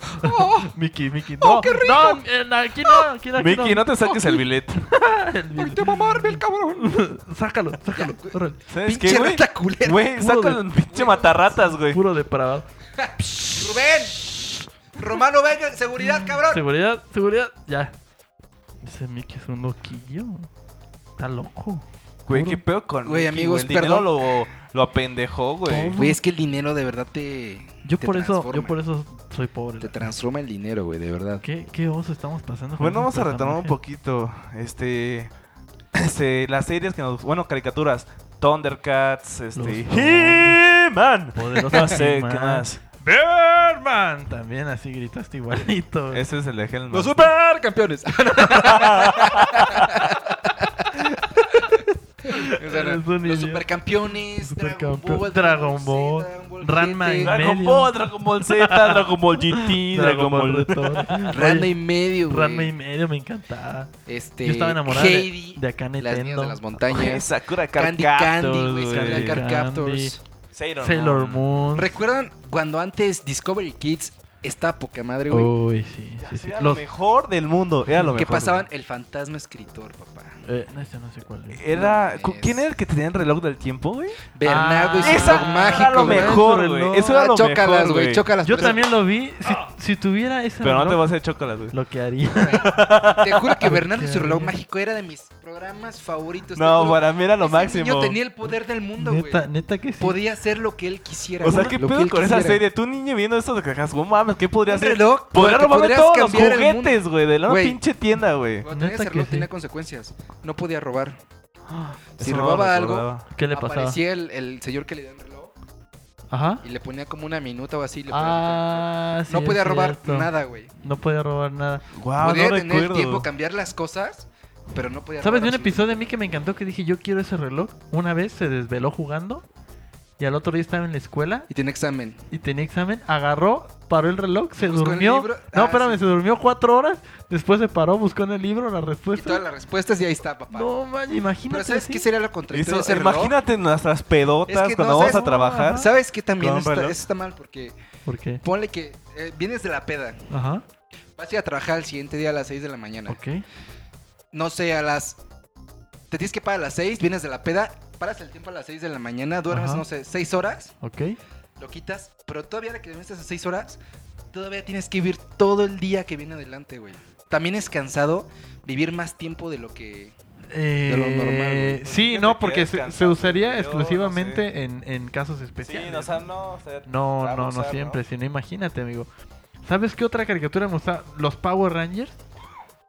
Speaker 1: Mickey, Mickey. No,
Speaker 10: qué rico.
Speaker 1: no, en- aquí no, aquí no. Aquí
Speaker 3: Mickey, no te saques el billete.
Speaker 10: Hoy te va a Marvel, cabrón.
Speaker 1: sácalo, sácalo.
Speaker 2: güey.
Speaker 1: órale.
Speaker 3: ¿Sabes
Speaker 2: Pinche
Speaker 3: qué, güey?
Speaker 2: rata culera.
Speaker 3: Güey,
Speaker 1: Puro
Speaker 3: saca
Speaker 1: de-
Speaker 3: el pinche matarratas, güey.
Speaker 1: Puro depravado.
Speaker 2: Rubén. Romano, venga, seguridad, cabrón.
Speaker 1: Seguridad, seguridad, ya. Dice Mickey es un loquillo. Está loco.
Speaker 3: Güey, qué pedo con
Speaker 2: Güey,
Speaker 3: Mickey,
Speaker 2: amigos,
Speaker 3: El dinero
Speaker 2: perdón.
Speaker 3: lo, lo apendejó, güey.
Speaker 2: Güey, es que el dinero de verdad te.
Speaker 1: Yo
Speaker 2: te
Speaker 1: por eso,
Speaker 2: transforma.
Speaker 1: yo por eso soy pobre.
Speaker 2: Te transforma el dinero, güey, de verdad.
Speaker 1: ¿Qué, qué oso estamos pasando? con
Speaker 3: Bueno,
Speaker 1: esos
Speaker 3: vamos a retomar un
Speaker 1: personajes?
Speaker 3: poquito. Este. Este, las series que nos. Bueno, caricaturas. Thundercats, este.
Speaker 1: Los-
Speaker 3: He-Man.
Speaker 1: Poderoso
Speaker 3: No sé, ¿qué
Speaker 1: He-Man.
Speaker 3: más?
Speaker 1: Birdman. También así gritaste igualito.
Speaker 3: Ese es el de Hellman.
Speaker 10: Los supercampeones.
Speaker 2: O sea,
Speaker 1: Eres un
Speaker 2: los
Speaker 1: idiota.
Speaker 2: supercampeones,
Speaker 1: Supercampeón.
Speaker 2: Dragon
Speaker 1: Dragon
Speaker 2: Ball,
Speaker 1: Ball, Ranma y
Speaker 2: GT,
Speaker 3: Dragon
Speaker 1: medio.
Speaker 3: Ball, Dragon Ball Z, Dragon Ball GT, Dragon Ball.
Speaker 2: Ranma
Speaker 1: medio.
Speaker 2: y medio, güey.
Speaker 1: Ranma y medio me encantaba.
Speaker 2: Este,
Speaker 1: Yo estaba enamorado de-
Speaker 2: Heidi,
Speaker 1: de acá
Speaker 2: Las niñas
Speaker 1: Nintendo.
Speaker 2: de las montañas.
Speaker 3: Sakura Card
Speaker 2: Candy Candy,
Speaker 3: Captors,
Speaker 2: güey.
Speaker 3: güey.
Speaker 2: Sakura Card
Speaker 1: Candy.
Speaker 2: Captors.
Speaker 3: Sailor
Speaker 1: Sailor
Speaker 3: Moon.
Speaker 1: Moon.
Speaker 2: ¿Recuerdan cuando antes Discovery Kids estaba poca madre, güey?
Speaker 1: Uy, sí, sí, sí.
Speaker 3: Era lo
Speaker 1: Los,
Speaker 3: mejor del mundo. Era lo
Speaker 2: que
Speaker 3: mejor.
Speaker 2: pasaban el fantasma escritor, papá.
Speaker 1: eh, no, este no sé cuál es.
Speaker 3: Era.
Speaker 2: No mames.
Speaker 3: ¿Quién era el que tenía el reloj del tiempo, güey?
Speaker 2: Bernardo y su
Speaker 3: esa
Speaker 2: reloj mágico.
Speaker 3: era lo
Speaker 2: güey.
Speaker 3: mejor,
Speaker 1: güey.
Speaker 3: güey. Eso era
Speaker 2: Ah,
Speaker 3: lo
Speaker 2: chócalas,
Speaker 3: mejor, güey.
Speaker 2: Chócalas.
Speaker 1: Yo
Speaker 2: pero-
Speaker 1: también lo vi. Si,
Speaker 2: Ah.
Speaker 1: si tuviera ese
Speaker 3: Pero no te
Speaker 1: reloj,
Speaker 3: vas a hacer chócalas, güey.
Speaker 1: lo que haría.
Speaker 2: Te juro que Bernardo y su
Speaker 1: Qué
Speaker 2: reloj
Speaker 1: horrible.
Speaker 2: mágico era de mis programas favoritos. te
Speaker 3: No,
Speaker 2: juro.
Speaker 3: para mí era lo
Speaker 2: Ese
Speaker 3: máximo.
Speaker 2: niño tenía el poder del mundo, güey.
Speaker 1: Neta, neta que sí.
Speaker 2: Podía hacer lo que él quisiera.
Speaker 3: O sea,
Speaker 2: güey.
Speaker 3: ¿qué
Speaker 2: Lo que
Speaker 3: pedo
Speaker 2: él
Speaker 3: con esa
Speaker 2: quisiera.
Speaker 3: serie? Tú, niño, viendo eso de cajas, no mames, ¿qué podría
Speaker 2: Un
Speaker 3: hacer?
Speaker 2: reloj con el
Speaker 3: Podría
Speaker 2: que
Speaker 3: robarme
Speaker 2: podrías
Speaker 3: todos los
Speaker 2: cambiar el mundo.
Speaker 3: juguetes, güey, de la
Speaker 2: Güey.
Speaker 3: pinche tienda, güey.
Speaker 2: Cuando tenía
Speaker 1: Neta
Speaker 2: ese
Speaker 1: que
Speaker 2: reloj
Speaker 1: sí.
Speaker 2: tenía consecuencias. No podía robar. Si
Speaker 3: Eso no lo
Speaker 2: robaba algo,
Speaker 3: recordaba.
Speaker 1: ¿Qué le pasaba?
Speaker 2: aparecía el, el señor que le dio el reloj
Speaker 1: Ajá.
Speaker 2: y le ponía como una minuta o así. y le ponía
Speaker 1: Ah,
Speaker 2: el reloj.
Speaker 1: sí,
Speaker 2: no
Speaker 1: es
Speaker 2: podía robar
Speaker 1: cierto.
Speaker 2: nada, güey.
Speaker 1: No podía robar nada.
Speaker 3: Guau,
Speaker 2: podía
Speaker 3: Ah, no
Speaker 2: tener
Speaker 3: recuerdo.
Speaker 2: tiempo, cambiar las cosas, pero no podía
Speaker 1: ¿Sabes
Speaker 2: robar
Speaker 1: de un
Speaker 2: absolutamente
Speaker 1: episodio de mí que me encantó que dije yo quiero ese reloj? Una vez se desveló jugando y al otro día estaba en la escuela
Speaker 2: Y tiene examen.
Speaker 1: y tenía examen, agarró, paró el reloj, se
Speaker 2: Buscó en el
Speaker 1: durmió.
Speaker 2: libro.
Speaker 1: No,
Speaker 2: Ah,
Speaker 1: espérame,
Speaker 2: sí.
Speaker 1: se durmió cuatro horas, después se paró, buscó en el libro la
Speaker 2: Y todas
Speaker 1: respuesta.
Speaker 2: las respuestas y ahí está, papá.
Speaker 1: Pues No, man, imagínate.
Speaker 2: pero ¿sabes
Speaker 1: así.
Speaker 2: qué sería lo contrario
Speaker 3: Eso-
Speaker 2: de ese reloj?
Speaker 3: imagínate nuestras pedotas
Speaker 2: Es que
Speaker 3: cuando
Speaker 2: no,
Speaker 3: vamos
Speaker 2: ¿sabes?
Speaker 3: a trabajar.
Speaker 1: Ajá.
Speaker 2: ¿Sabes qué también
Speaker 3: Con un
Speaker 2: está,
Speaker 3: reloj.
Speaker 2: eso está mal? Porque
Speaker 1: ¿Por qué?
Speaker 2: ponle que eh, vienes de la peda,
Speaker 1: Ajá,
Speaker 2: vas a ir a trabajar el siguiente día a las 6 de la mañana.
Speaker 1: ok.
Speaker 2: No sé, a las... Te tienes que parar a las 6, vienes de la peda, paras el tiempo a las 6 de la mañana, duermes,
Speaker 1: Ajá.
Speaker 2: no sé, 6 horas,
Speaker 1: Ok.
Speaker 2: lo quitas, pero todavía la que duermes esas 6 horas, todavía tienes que vivir todo el día que viene adelante, güey. También es cansado vivir más tiempo de lo que...
Speaker 1: Eh,
Speaker 2: lo normal, güey.
Speaker 1: sí,
Speaker 3: Fíjate
Speaker 1: no,
Speaker 3: que
Speaker 1: porque
Speaker 3: es
Speaker 1: se, se
Speaker 3: cansado,
Speaker 1: usaría
Speaker 3: yo no sé.
Speaker 1: exclusivamente en, en casos
Speaker 3: Sí,
Speaker 1: especiales.
Speaker 3: no, o sea, no. o sea,
Speaker 1: No, no,
Speaker 3: para
Speaker 1: no
Speaker 3: abusar,
Speaker 1: siempre, sino imagínate, amigo. ¿Sabes qué otra caricatura me gusta? Los Power Rangers.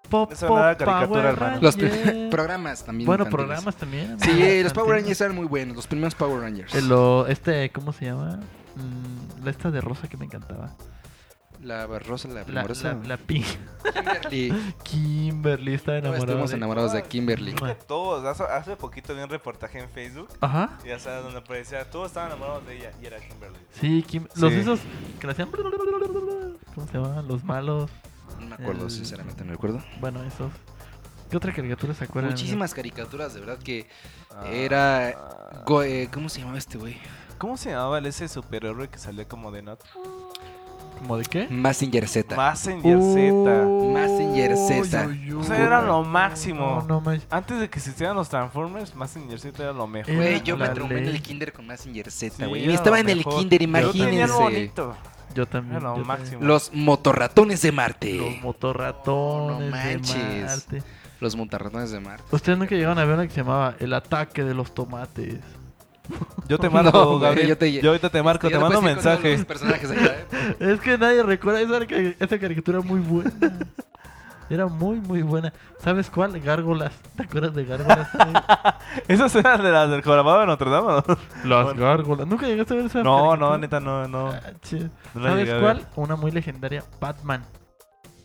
Speaker 1: Pop,
Speaker 3: Eso no era caricatura,
Speaker 1: Power
Speaker 3: hermano.
Speaker 2: Los pri-
Speaker 1: Rangers.
Speaker 2: programas también.
Speaker 1: Bueno,
Speaker 2: infantiles.
Speaker 1: programas también.
Speaker 2: Sí,
Speaker 1: amigo,
Speaker 2: los Power
Speaker 1: infantiles.
Speaker 2: Rangers eran muy buenos, los primeros Power Rangers.
Speaker 1: El lo- este, ¿cómo se llama? Mm, la esta de rosa que me encantaba.
Speaker 2: La Rosa, la
Speaker 1: La,
Speaker 2: primorosa.
Speaker 1: la, la pi-
Speaker 2: Kimberly.
Speaker 1: Kimberly está
Speaker 2: No,
Speaker 1: enamorada.
Speaker 2: estuvimos
Speaker 1: de-
Speaker 2: enamorados de Kimberly.
Speaker 1: Mua.
Speaker 3: Todos, hace, hace poquito vi un reportaje en Facebook,
Speaker 1: Ajá.
Speaker 3: ya sabes, donde aparecía, todos estaban enamorados de ella y era Kimberly.
Speaker 1: Sí, Kim- los
Speaker 3: Sí.
Speaker 1: esos que le hacían. ¿Cómo se llaman? Los malos.
Speaker 2: No me acuerdo,
Speaker 1: El-
Speaker 2: sinceramente, no me acuerdo.
Speaker 1: Bueno, esos. ¿Qué otra caricatura se acuerdan?
Speaker 2: Muchísimas caricaturas, de verdad, que
Speaker 3: Ah,
Speaker 2: era...
Speaker 3: ah.
Speaker 2: go- eh, ¿Cómo se llamaba este güey?
Speaker 3: ¿Cómo se llamaba el ese superhéroe que salía como de Not?
Speaker 1: ¿Cómo de qué?
Speaker 2: Massinger Z.
Speaker 3: Massinger
Speaker 2: Uh,
Speaker 3: Z.
Speaker 2: Mazinger Z.
Speaker 1: Uy, uy,
Speaker 3: O
Speaker 1: uy.
Speaker 3: sea, era lo máximo.
Speaker 1: No, no manches.
Speaker 3: Antes de que existieran los Transformers, Massinger Z era lo mejor.
Speaker 1: Era
Speaker 2: Güey, yo me
Speaker 1: la
Speaker 2: traumé en
Speaker 1: ley.
Speaker 2: el kinder con Massinger Z,
Speaker 3: Sí,
Speaker 2: güey.
Speaker 3: era
Speaker 2: Estaba
Speaker 3: lo
Speaker 2: en el
Speaker 3: mejor.
Speaker 2: kinder,
Speaker 3: Yo tenía algo
Speaker 2: imagínense.
Speaker 3: bonito.
Speaker 1: Yo también.
Speaker 3: Era lo
Speaker 1: yo
Speaker 3: máximo.
Speaker 2: Los motorratones de Marte.
Speaker 1: también. Los motorratones.
Speaker 2: No, no
Speaker 1: de
Speaker 2: manches.
Speaker 1: Marte.
Speaker 2: Los motorratones de Marte.
Speaker 3: Pues,
Speaker 1: Ustedes nunca llegaron a ver una que se llamaba El ataque de los tomates.
Speaker 3: Yo te marco,
Speaker 2: No, güey,
Speaker 3: Gabriel.
Speaker 2: yo
Speaker 3: Yo,
Speaker 2: te-
Speaker 3: ahorita te marco,
Speaker 2: Ya
Speaker 3: te
Speaker 2: no
Speaker 3: mando un
Speaker 2: puedes ir con todos
Speaker 3: mensaje.
Speaker 2: los personajes allá, ¿eh?
Speaker 1: Es que nadie recuerda esa, cari- esa caricatura muy buena. Era muy, muy buena. ¿Sabes cuál? Gárgolas. ¿Te acuerdas de Gárgolas?
Speaker 3: Esas eran de las del Jorobado de Notre Dame. ¿no?
Speaker 1: Las Gárgolas. ¿Nunca llegaste a ver esa
Speaker 3: No,
Speaker 1: caricatura?
Speaker 3: no, neta, no, no.
Speaker 1: Ah, chido.
Speaker 3: No la
Speaker 1: ¿Sabes
Speaker 3: llegué a ver.
Speaker 1: cuál? Una muy legendaria. Batman.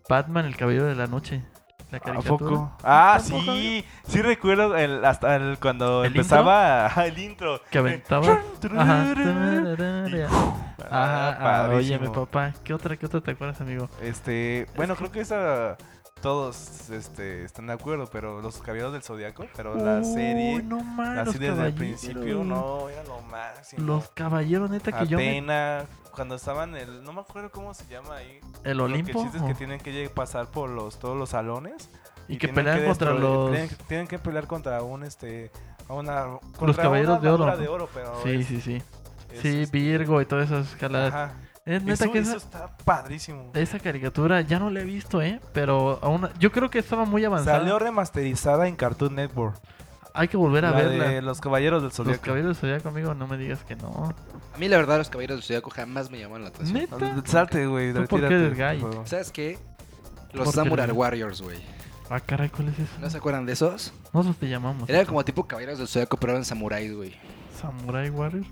Speaker 1: Batman, el caballero de la noche. La
Speaker 3: ¿A
Speaker 1: caricatura.
Speaker 3: poco? Ah,
Speaker 1: Tampoco había-
Speaker 3: sí. Sí recuerdo el, hasta el, cuando
Speaker 1: ¿El
Speaker 3: empezaba ajá, ah, el intro.
Speaker 1: Que aventaba. Ajá. Ah, ah,
Speaker 3: padrísimo.
Speaker 1: óyeme, papá. ¿Qué otra, qué otra te acuerdas, amigo?
Speaker 3: Este, bueno, creo que esa todos este, están de acuerdo, pero los Caballeros del Zodiaco, pero la serie,
Speaker 1: Uy, no man, los
Speaker 3: así desde el
Speaker 1: caballeros.
Speaker 3: principio, no, era lo máximo.
Speaker 1: Los caballeros, neta, que yo. me-
Speaker 3: Atena, cuando estaban el, no me acuerdo cómo se llama ahí.
Speaker 1: ¿El
Speaker 3: Lo que
Speaker 1: Olimpo?
Speaker 3: chistes que
Speaker 1: ¿O?
Speaker 3: tienen que lleg- pasar por los todos los salones
Speaker 1: Y que
Speaker 3: tienen
Speaker 1: pelean contra
Speaker 3: destruir-
Speaker 1: los-
Speaker 3: tienen, tienen que pelear contra un este a una contra
Speaker 1: Caballeros de
Speaker 3: una
Speaker 1: Oro,
Speaker 3: armadura
Speaker 1: ¿no?
Speaker 3: de oro, pero
Speaker 1: Sí,
Speaker 3: es-
Speaker 1: sí, sí.
Speaker 3: es,
Speaker 1: Sí,
Speaker 3: este,
Speaker 1: Virgo y todas esas escaladas.
Speaker 3: ajá.
Speaker 1: Es neta
Speaker 3: Eso,
Speaker 1: que
Speaker 3: eso
Speaker 1: esa,
Speaker 3: está padrísimo.
Speaker 1: esa caricatura ya no la he visto, ¿eh? Pero aún, yo creo que estaba muy avanzada.
Speaker 3: Salió remasterizada en Cartoon Network.
Speaker 1: Hay que volver a
Speaker 3: la
Speaker 1: verla.
Speaker 3: de los Caballeros del
Speaker 1: Los
Speaker 3: Zodiaco.
Speaker 1: caballeros del Zodiaco, amigo, no me digas que no.
Speaker 2: A mí, la verdad, los caballeros del Zodíaco jamás me llaman la atención.
Speaker 1: ¿Neta?
Speaker 3: Salte, güey,
Speaker 1: ¿Tú por qué
Speaker 3: retírate
Speaker 1: eres
Speaker 3: del
Speaker 1: gay?
Speaker 3: juego.
Speaker 2: ¿Sabes qué?
Speaker 1: ¿Por
Speaker 2: Los
Speaker 1: qué,
Speaker 2: Samurai
Speaker 1: René?
Speaker 2: Warriors, güey.
Speaker 1: Ah, caray, ¿cuál es eso?
Speaker 2: ¿No se acuerdan de esos?
Speaker 1: Nosotros te llamamos.
Speaker 2: Era como tipo caballeros del Zodíaco, pero eran samuráis, güey.
Speaker 1: Samurai Warrior.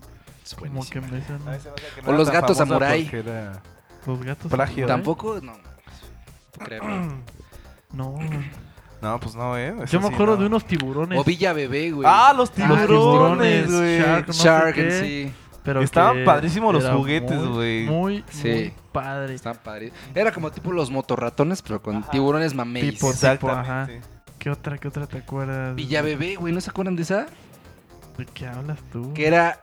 Speaker 2: Es
Speaker 1: Como que
Speaker 2: buenísimo.
Speaker 1: me suena.
Speaker 3: A mí se me hace que no
Speaker 2: O
Speaker 3: era
Speaker 2: los
Speaker 3: tan
Speaker 2: gatos
Speaker 3: famosa
Speaker 2: samurái.
Speaker 3: porque era-
Speaker 1: Los gatos.
Speaker 3: Plagio.
Speaker 1: samurai.
Speaker 2: eh. Tampoco, no. no creo.
Speaker 1: No.
Speaker 3: No, pues no, eh. eso
Speaker 1: Yo me
Speaker 3: sí,
Speaker 1: acuerdo
Speaker 3: no.
Speaker 1: de unos tiburones.
Speaker 2: O Villa Bebé, güey.
Speaker 3: Ah, los
Speaker 2: Ah, los
Speaker 3: tiburones,
Speaker 1: tiburones,
Speaker 3: güey.
Speaker 1: Shark, no sé
Speaker 2: Shark
Speaker 1: qué.
Speaker 2: en sí.
Speaker 1: Pero
Speaker 3: Estaban
Speaker 1: que
Speaker 3: padrísimos los
Speaker 1: era
Speaker 3: juguetes,
Speaker 1: muy-
Speaker 3: güey.
Speaker 1: Muy,
Speaker 2: Sí.
Speaker 1: muy padre.
Speaker 2: Están padres. Era como tipo los motorratones, pero con tiburones mameis.
Speaker 1: Tipo-
Speaker 3: Exactamente.
Speaker 1: ¿Qué otra, qué otra te acuerdas?
Speaker 2: Villa Bebé, güey, ¿no se acuerdan de esa?
Speaker 1: ¿De qué hablas tú?
Speaker 2: Que era.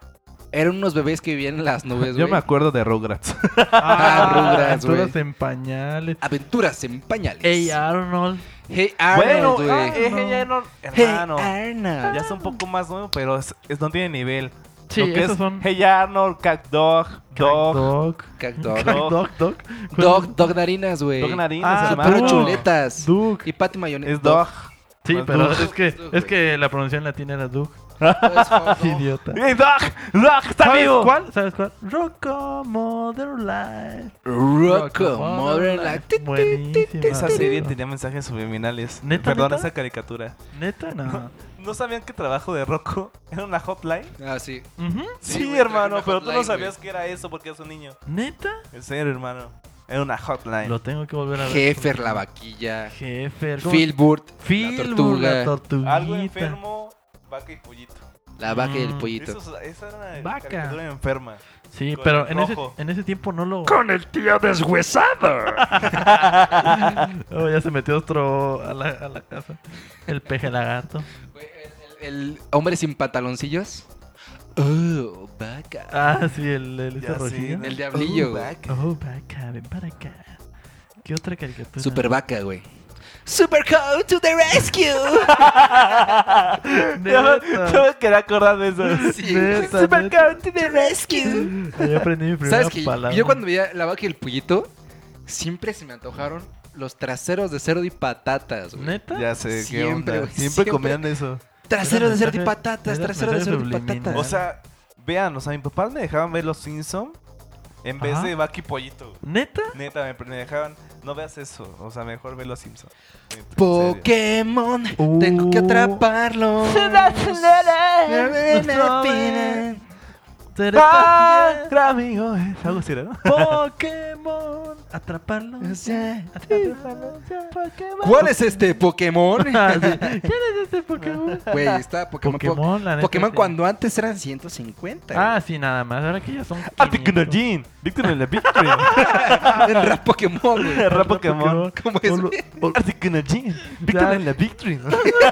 Speaker 2: Eran unos bebés que vivían en las nubes,
Speaker 3: Yo
Speaker 2: güey.
Speaker 3: me acuerdo de Rugrats.
Speaker 2: Ah, Rugrats, güey. Ah,
Speaker 1: Aventuras en pañales.
Speaker 2: Aventuras en pañales.
Speaker 1: Hey
Speaker 3: ah.
Speaker 1: Arnold.
Speaker 2: Hey Arnold, güey.
Speaker 1: ah, eh,
Speaker 3: no.
Speaker 1: ya
Speaker 2: hey
Speaker 3: hermano.
Speaker 1: ah,
Speaker 2: Arnold.
Speaker 3: Ah, Ya es un poco más nuevo, pero es- es- no tiene nivel.
Speaker 1: Sí,
Speaker 3: Lo que
Speaker 1: esos
Speaker 3: es
Speaker 1: son.
Speaker 3: Hey Arnold, Cat Dog, Dog,
Speaker 1: Dog.
Speaker 2: Cacto-
Speaker 1: Dog, dog, dog.
Speaker 2: Dog, dog narinas, güey.
Speaker 3: Dog Narinas,
Speaker 1: Ah,
Speaker 2: Ah,
Speaker 3: hermano.
Speaker 2: Pero
Speaker 1: Dog.
Speaker 2: chuletas.
Speaker 1: Duke.
Speaker 2: Y Patty Mayonesa.
Speaker 3: Es Dog.
Speaker 1: Sí,
Speaker 3: Más
Speaker 1: pero
Speaker 3: Duke.
Speaker 1: es que,
Speaker 2: Duke,
Speaker 1: es
Speaker 2: güey.
Speaker 1: que la pronunciación latina era Duke. Idiota.
Speaker 3: ¡Hey, Dog! ¡Dog! ¡Está
Speaker 1: ¿Sabes
Speaker 3: vivo!
Speaker 1: cuál? ¿Sabes cuál? Rocco Mother Life.
Speaker 2: Rocco, Mother Life.
Speaker 1: Buenísima.
Speaker 3: Esa serie tenía mensajes subliminales.
Speaker 1: ¿Neta,
Speaker 3: Perdón,
Speaker 1: neta?
Speaker 3: esa caricatura.
Speaker 1: Neta, no.
Speaker 3: ¿No sabían que trabajo de Rocco era una hotline?
Speaker 2: Ah, sí.
Speaker 1: Ujú.
Speaker 3: Sí,
Speaker 2: güey, era
Speaker 3: hermano,
Speaker 2: una
Speaker 3: pero tú no
Speaker 2: hotline,
Speaker 3: sabías que era eso porque es un niño.
Speaker 1: ¿Neta?
Speaker 3: En serio, hermano. Era una hotline.
Speaker 1: Lo tengo que volver a ver.
Speaker 2: Jeffer, la vaquilla.
Speaker 1: Jefer. ¿cómo?
Speaker 2: Filbert,
Speaker 1: Filbur,
Speaker 2: la tortuga.
Speaker 1: la tortuguita.
Speaker 3: Algo enfermo, vaca y pollito.
Speaker 2: la vaca y el
Speaker 1: Mm.
Speaker 2: pollito.
Speaker 3: Eso, esa era una
Speaker 1: Vaca.
Speaker 3: caricatura enferma.
Speaker 1: Sí,
Speaker 3: Con
Speaker 1: pero
Speaker 3: el
Speaker 1: en ese,
Speaker 3: rojo.
Speaker 1: en ese tiempo no lo.
Speaker 7: Con el tío deshuesado.
Speaker 1: Oh, ya se metió otro a la, a la casa. El peje lagarto.
Speaker 2: Güey, El, el- el hombre sin pantaloncillos. Oh, vaca.
Speaker 1: Ah, sí, el, el ese
Speaker 3: Ya sé,
Speaker 1: rojillo.
Speaker 3: ¿no?
Speaker 2: El diablillo,
Speaker 3: Uh,
Speaker 2: güey.
Speaker 3: vaca.
Speaker 1: Oh, vaca, ven para acá. ¿Qué otra caricatura?
Speaker 2: Super vaca, güey. Super Coat to the rescue.
Speaker 1: Neta.
Speaker 3: Yo me quería acordar de eso.
Speaker 2: Sí, güey.
Speaker 1: Neta, neta.
Speaker 2: to the rescue.
Speaker 1: Ahí aprendí mi primera
Speaker 2: ¿Sabes qué?
Speaker 1: palabra.
Speaker 2: Yo cuando veía la vaca y el pollito, siempre se me antojaron los traseros de cerdo y patatas, güey.
Speaker 1: ¿Neta?
Speaker 3: Ya sé, qué
Speaker 2: Siempre,
Speaker 3: onda.
Speaker 2: güey,
Speaker 3: Siempre,
Speaker 2: siempre.
Speaker 3: comían eso.
Speaker 2: Traseros de cerdo y
Speaker 1: Era mensaje-
Speaker 2: patatas,
Speaker 1: era
Speaker 2: traseros de
Speaker 1: mensaje
Speaker 2: cerdo y
Speaker 1: subliminal.
Speaker 2: patatas.
Speaker 3: O sea, vean, o sea, mi papá me dejaban ver los Simpsons en vez
Speaker 1: Ajá.
Speaker 3: de Vaca y Pollito.
Speaker 1: ¿Neta?
Speaker 3: Neta, me, me dejaban, no veas eso. O sea, mejor ver los Simpsons.
Speaker 2: Pokémon,
Speaker 1: Uh.
Speaker 2: tengo que atraparlo.
Speaker 3: amigo.
Speaker 1: eh.
Speaker 3: Algo así, ¿no?
Speaker 1: Pokémon. Atraparlo. Atraparlo ya.
Speaker 2: ¿Cuál es este Pokémon?
Speaker 1: Ah, sí. ¿Quién es este Pokémon?
Speaker 2: Güey, está Pokémon. po- Pokémon,
Speaker 1: Pokémon, la neta, sí.
Speaker 2: cuando antes eran 150.
Speaker 1: Ah, sí, nada más. Ahora que ya son.
Speaker 3: A
Speaker 1: 500.
Speaker 3: Ticnojin. Díctame la victoria.
Speaker 2: güey. En rap Pokémon, güey.
Speaker 3: Rap Pokémon.
Speaker 2: ¿Cómo es?
Speaker 1: O lo- o-
Speaker 3: Articanajin,
Speaker 1: Ya.
Speaker 3: Víctor en la Victory.